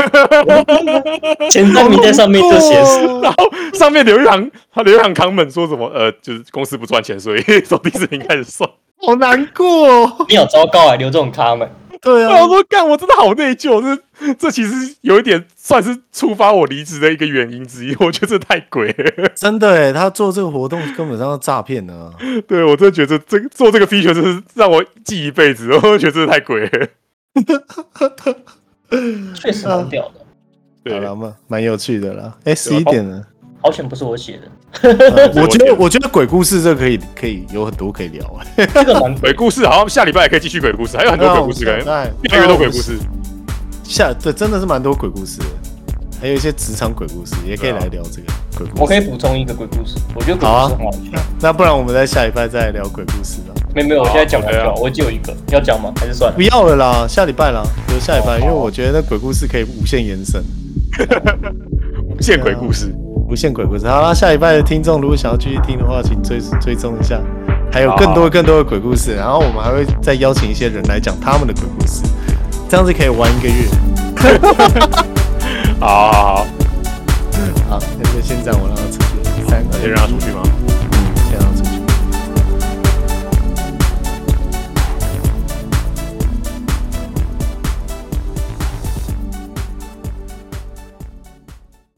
S2: 前三名在上面就显示，
S1: 哦
S3: 然后上面留一行，他留一行 comment 说什么呃，就是公司不赚钱，所以从第四名开始算。
S1: 好难过哦。
S2: 你好糟糕啊！留这种 comment，
S1: 对
S3: 我
S1: 啊
S3: 想，说干，我真的好内疚，这这其实有一点算是触发我离职的一个原因之一。我觉得这太鬼了。
S1: 真的哎，他做这个活动根本上是诈骗啊呢。
S3: 对，我真的觉得这个做这个 feature 真是让我记一辈子，我 觉得真的太鬼了。
S2: 确实蛮屌的。
S1: 好
S3: 对，啊
S1: 了嘛，蛮有趣的啦。哎，十一点了，
S2: 好险不是我写 的，
S1: 嗯我觉得
S3: 哦我
S1: 我觉得鬼故事这个可以可以有很多可以聊 哎。
S2: 这个蛮
S3: 鬼故事好像下礼拜也可以继续鬼故事，还有很多鬼故事，感觉
S1: 哎，
S3: 越来越多鬼故事。
S1: 下对，真的是蛮多鬼故事的，还有一些职场鬼故事，也可以来聊这个鬼故事。
S2: 我可以补充一个鬼故事，我觉得鬼
S1: 好啊
S2: 故事很好笑。
S1: 那不然我们在下礼拜再聊鬼故事了。
S2: 没有没有，我现在讲完
S3: 好，OK 啊
S2: 了，我只有一个要讲吗？还是算了
S1: 不？要了啦，下礼拜啦，留下礼拜，
S2: 哦
S1: 因为
S2: 好
S1: 我觉得那鬼故事可以无限延伸，
S3: 无限鬼故事，
S1: 无限鬼故事。好啦，下礼拜的听众如果想要继续听的话，请追追踪一下，还有更多更多的鬼故事。然后我们还会再邀请一些人来讲他们的鬼故事，这样子可以玩一个月。
S3: 好好好，
S4: 好。
S5: 那就先这样，我让他出去，三
S1: 先
S5: 二
S1: 让他
S5: 一
S1: 出。去吗？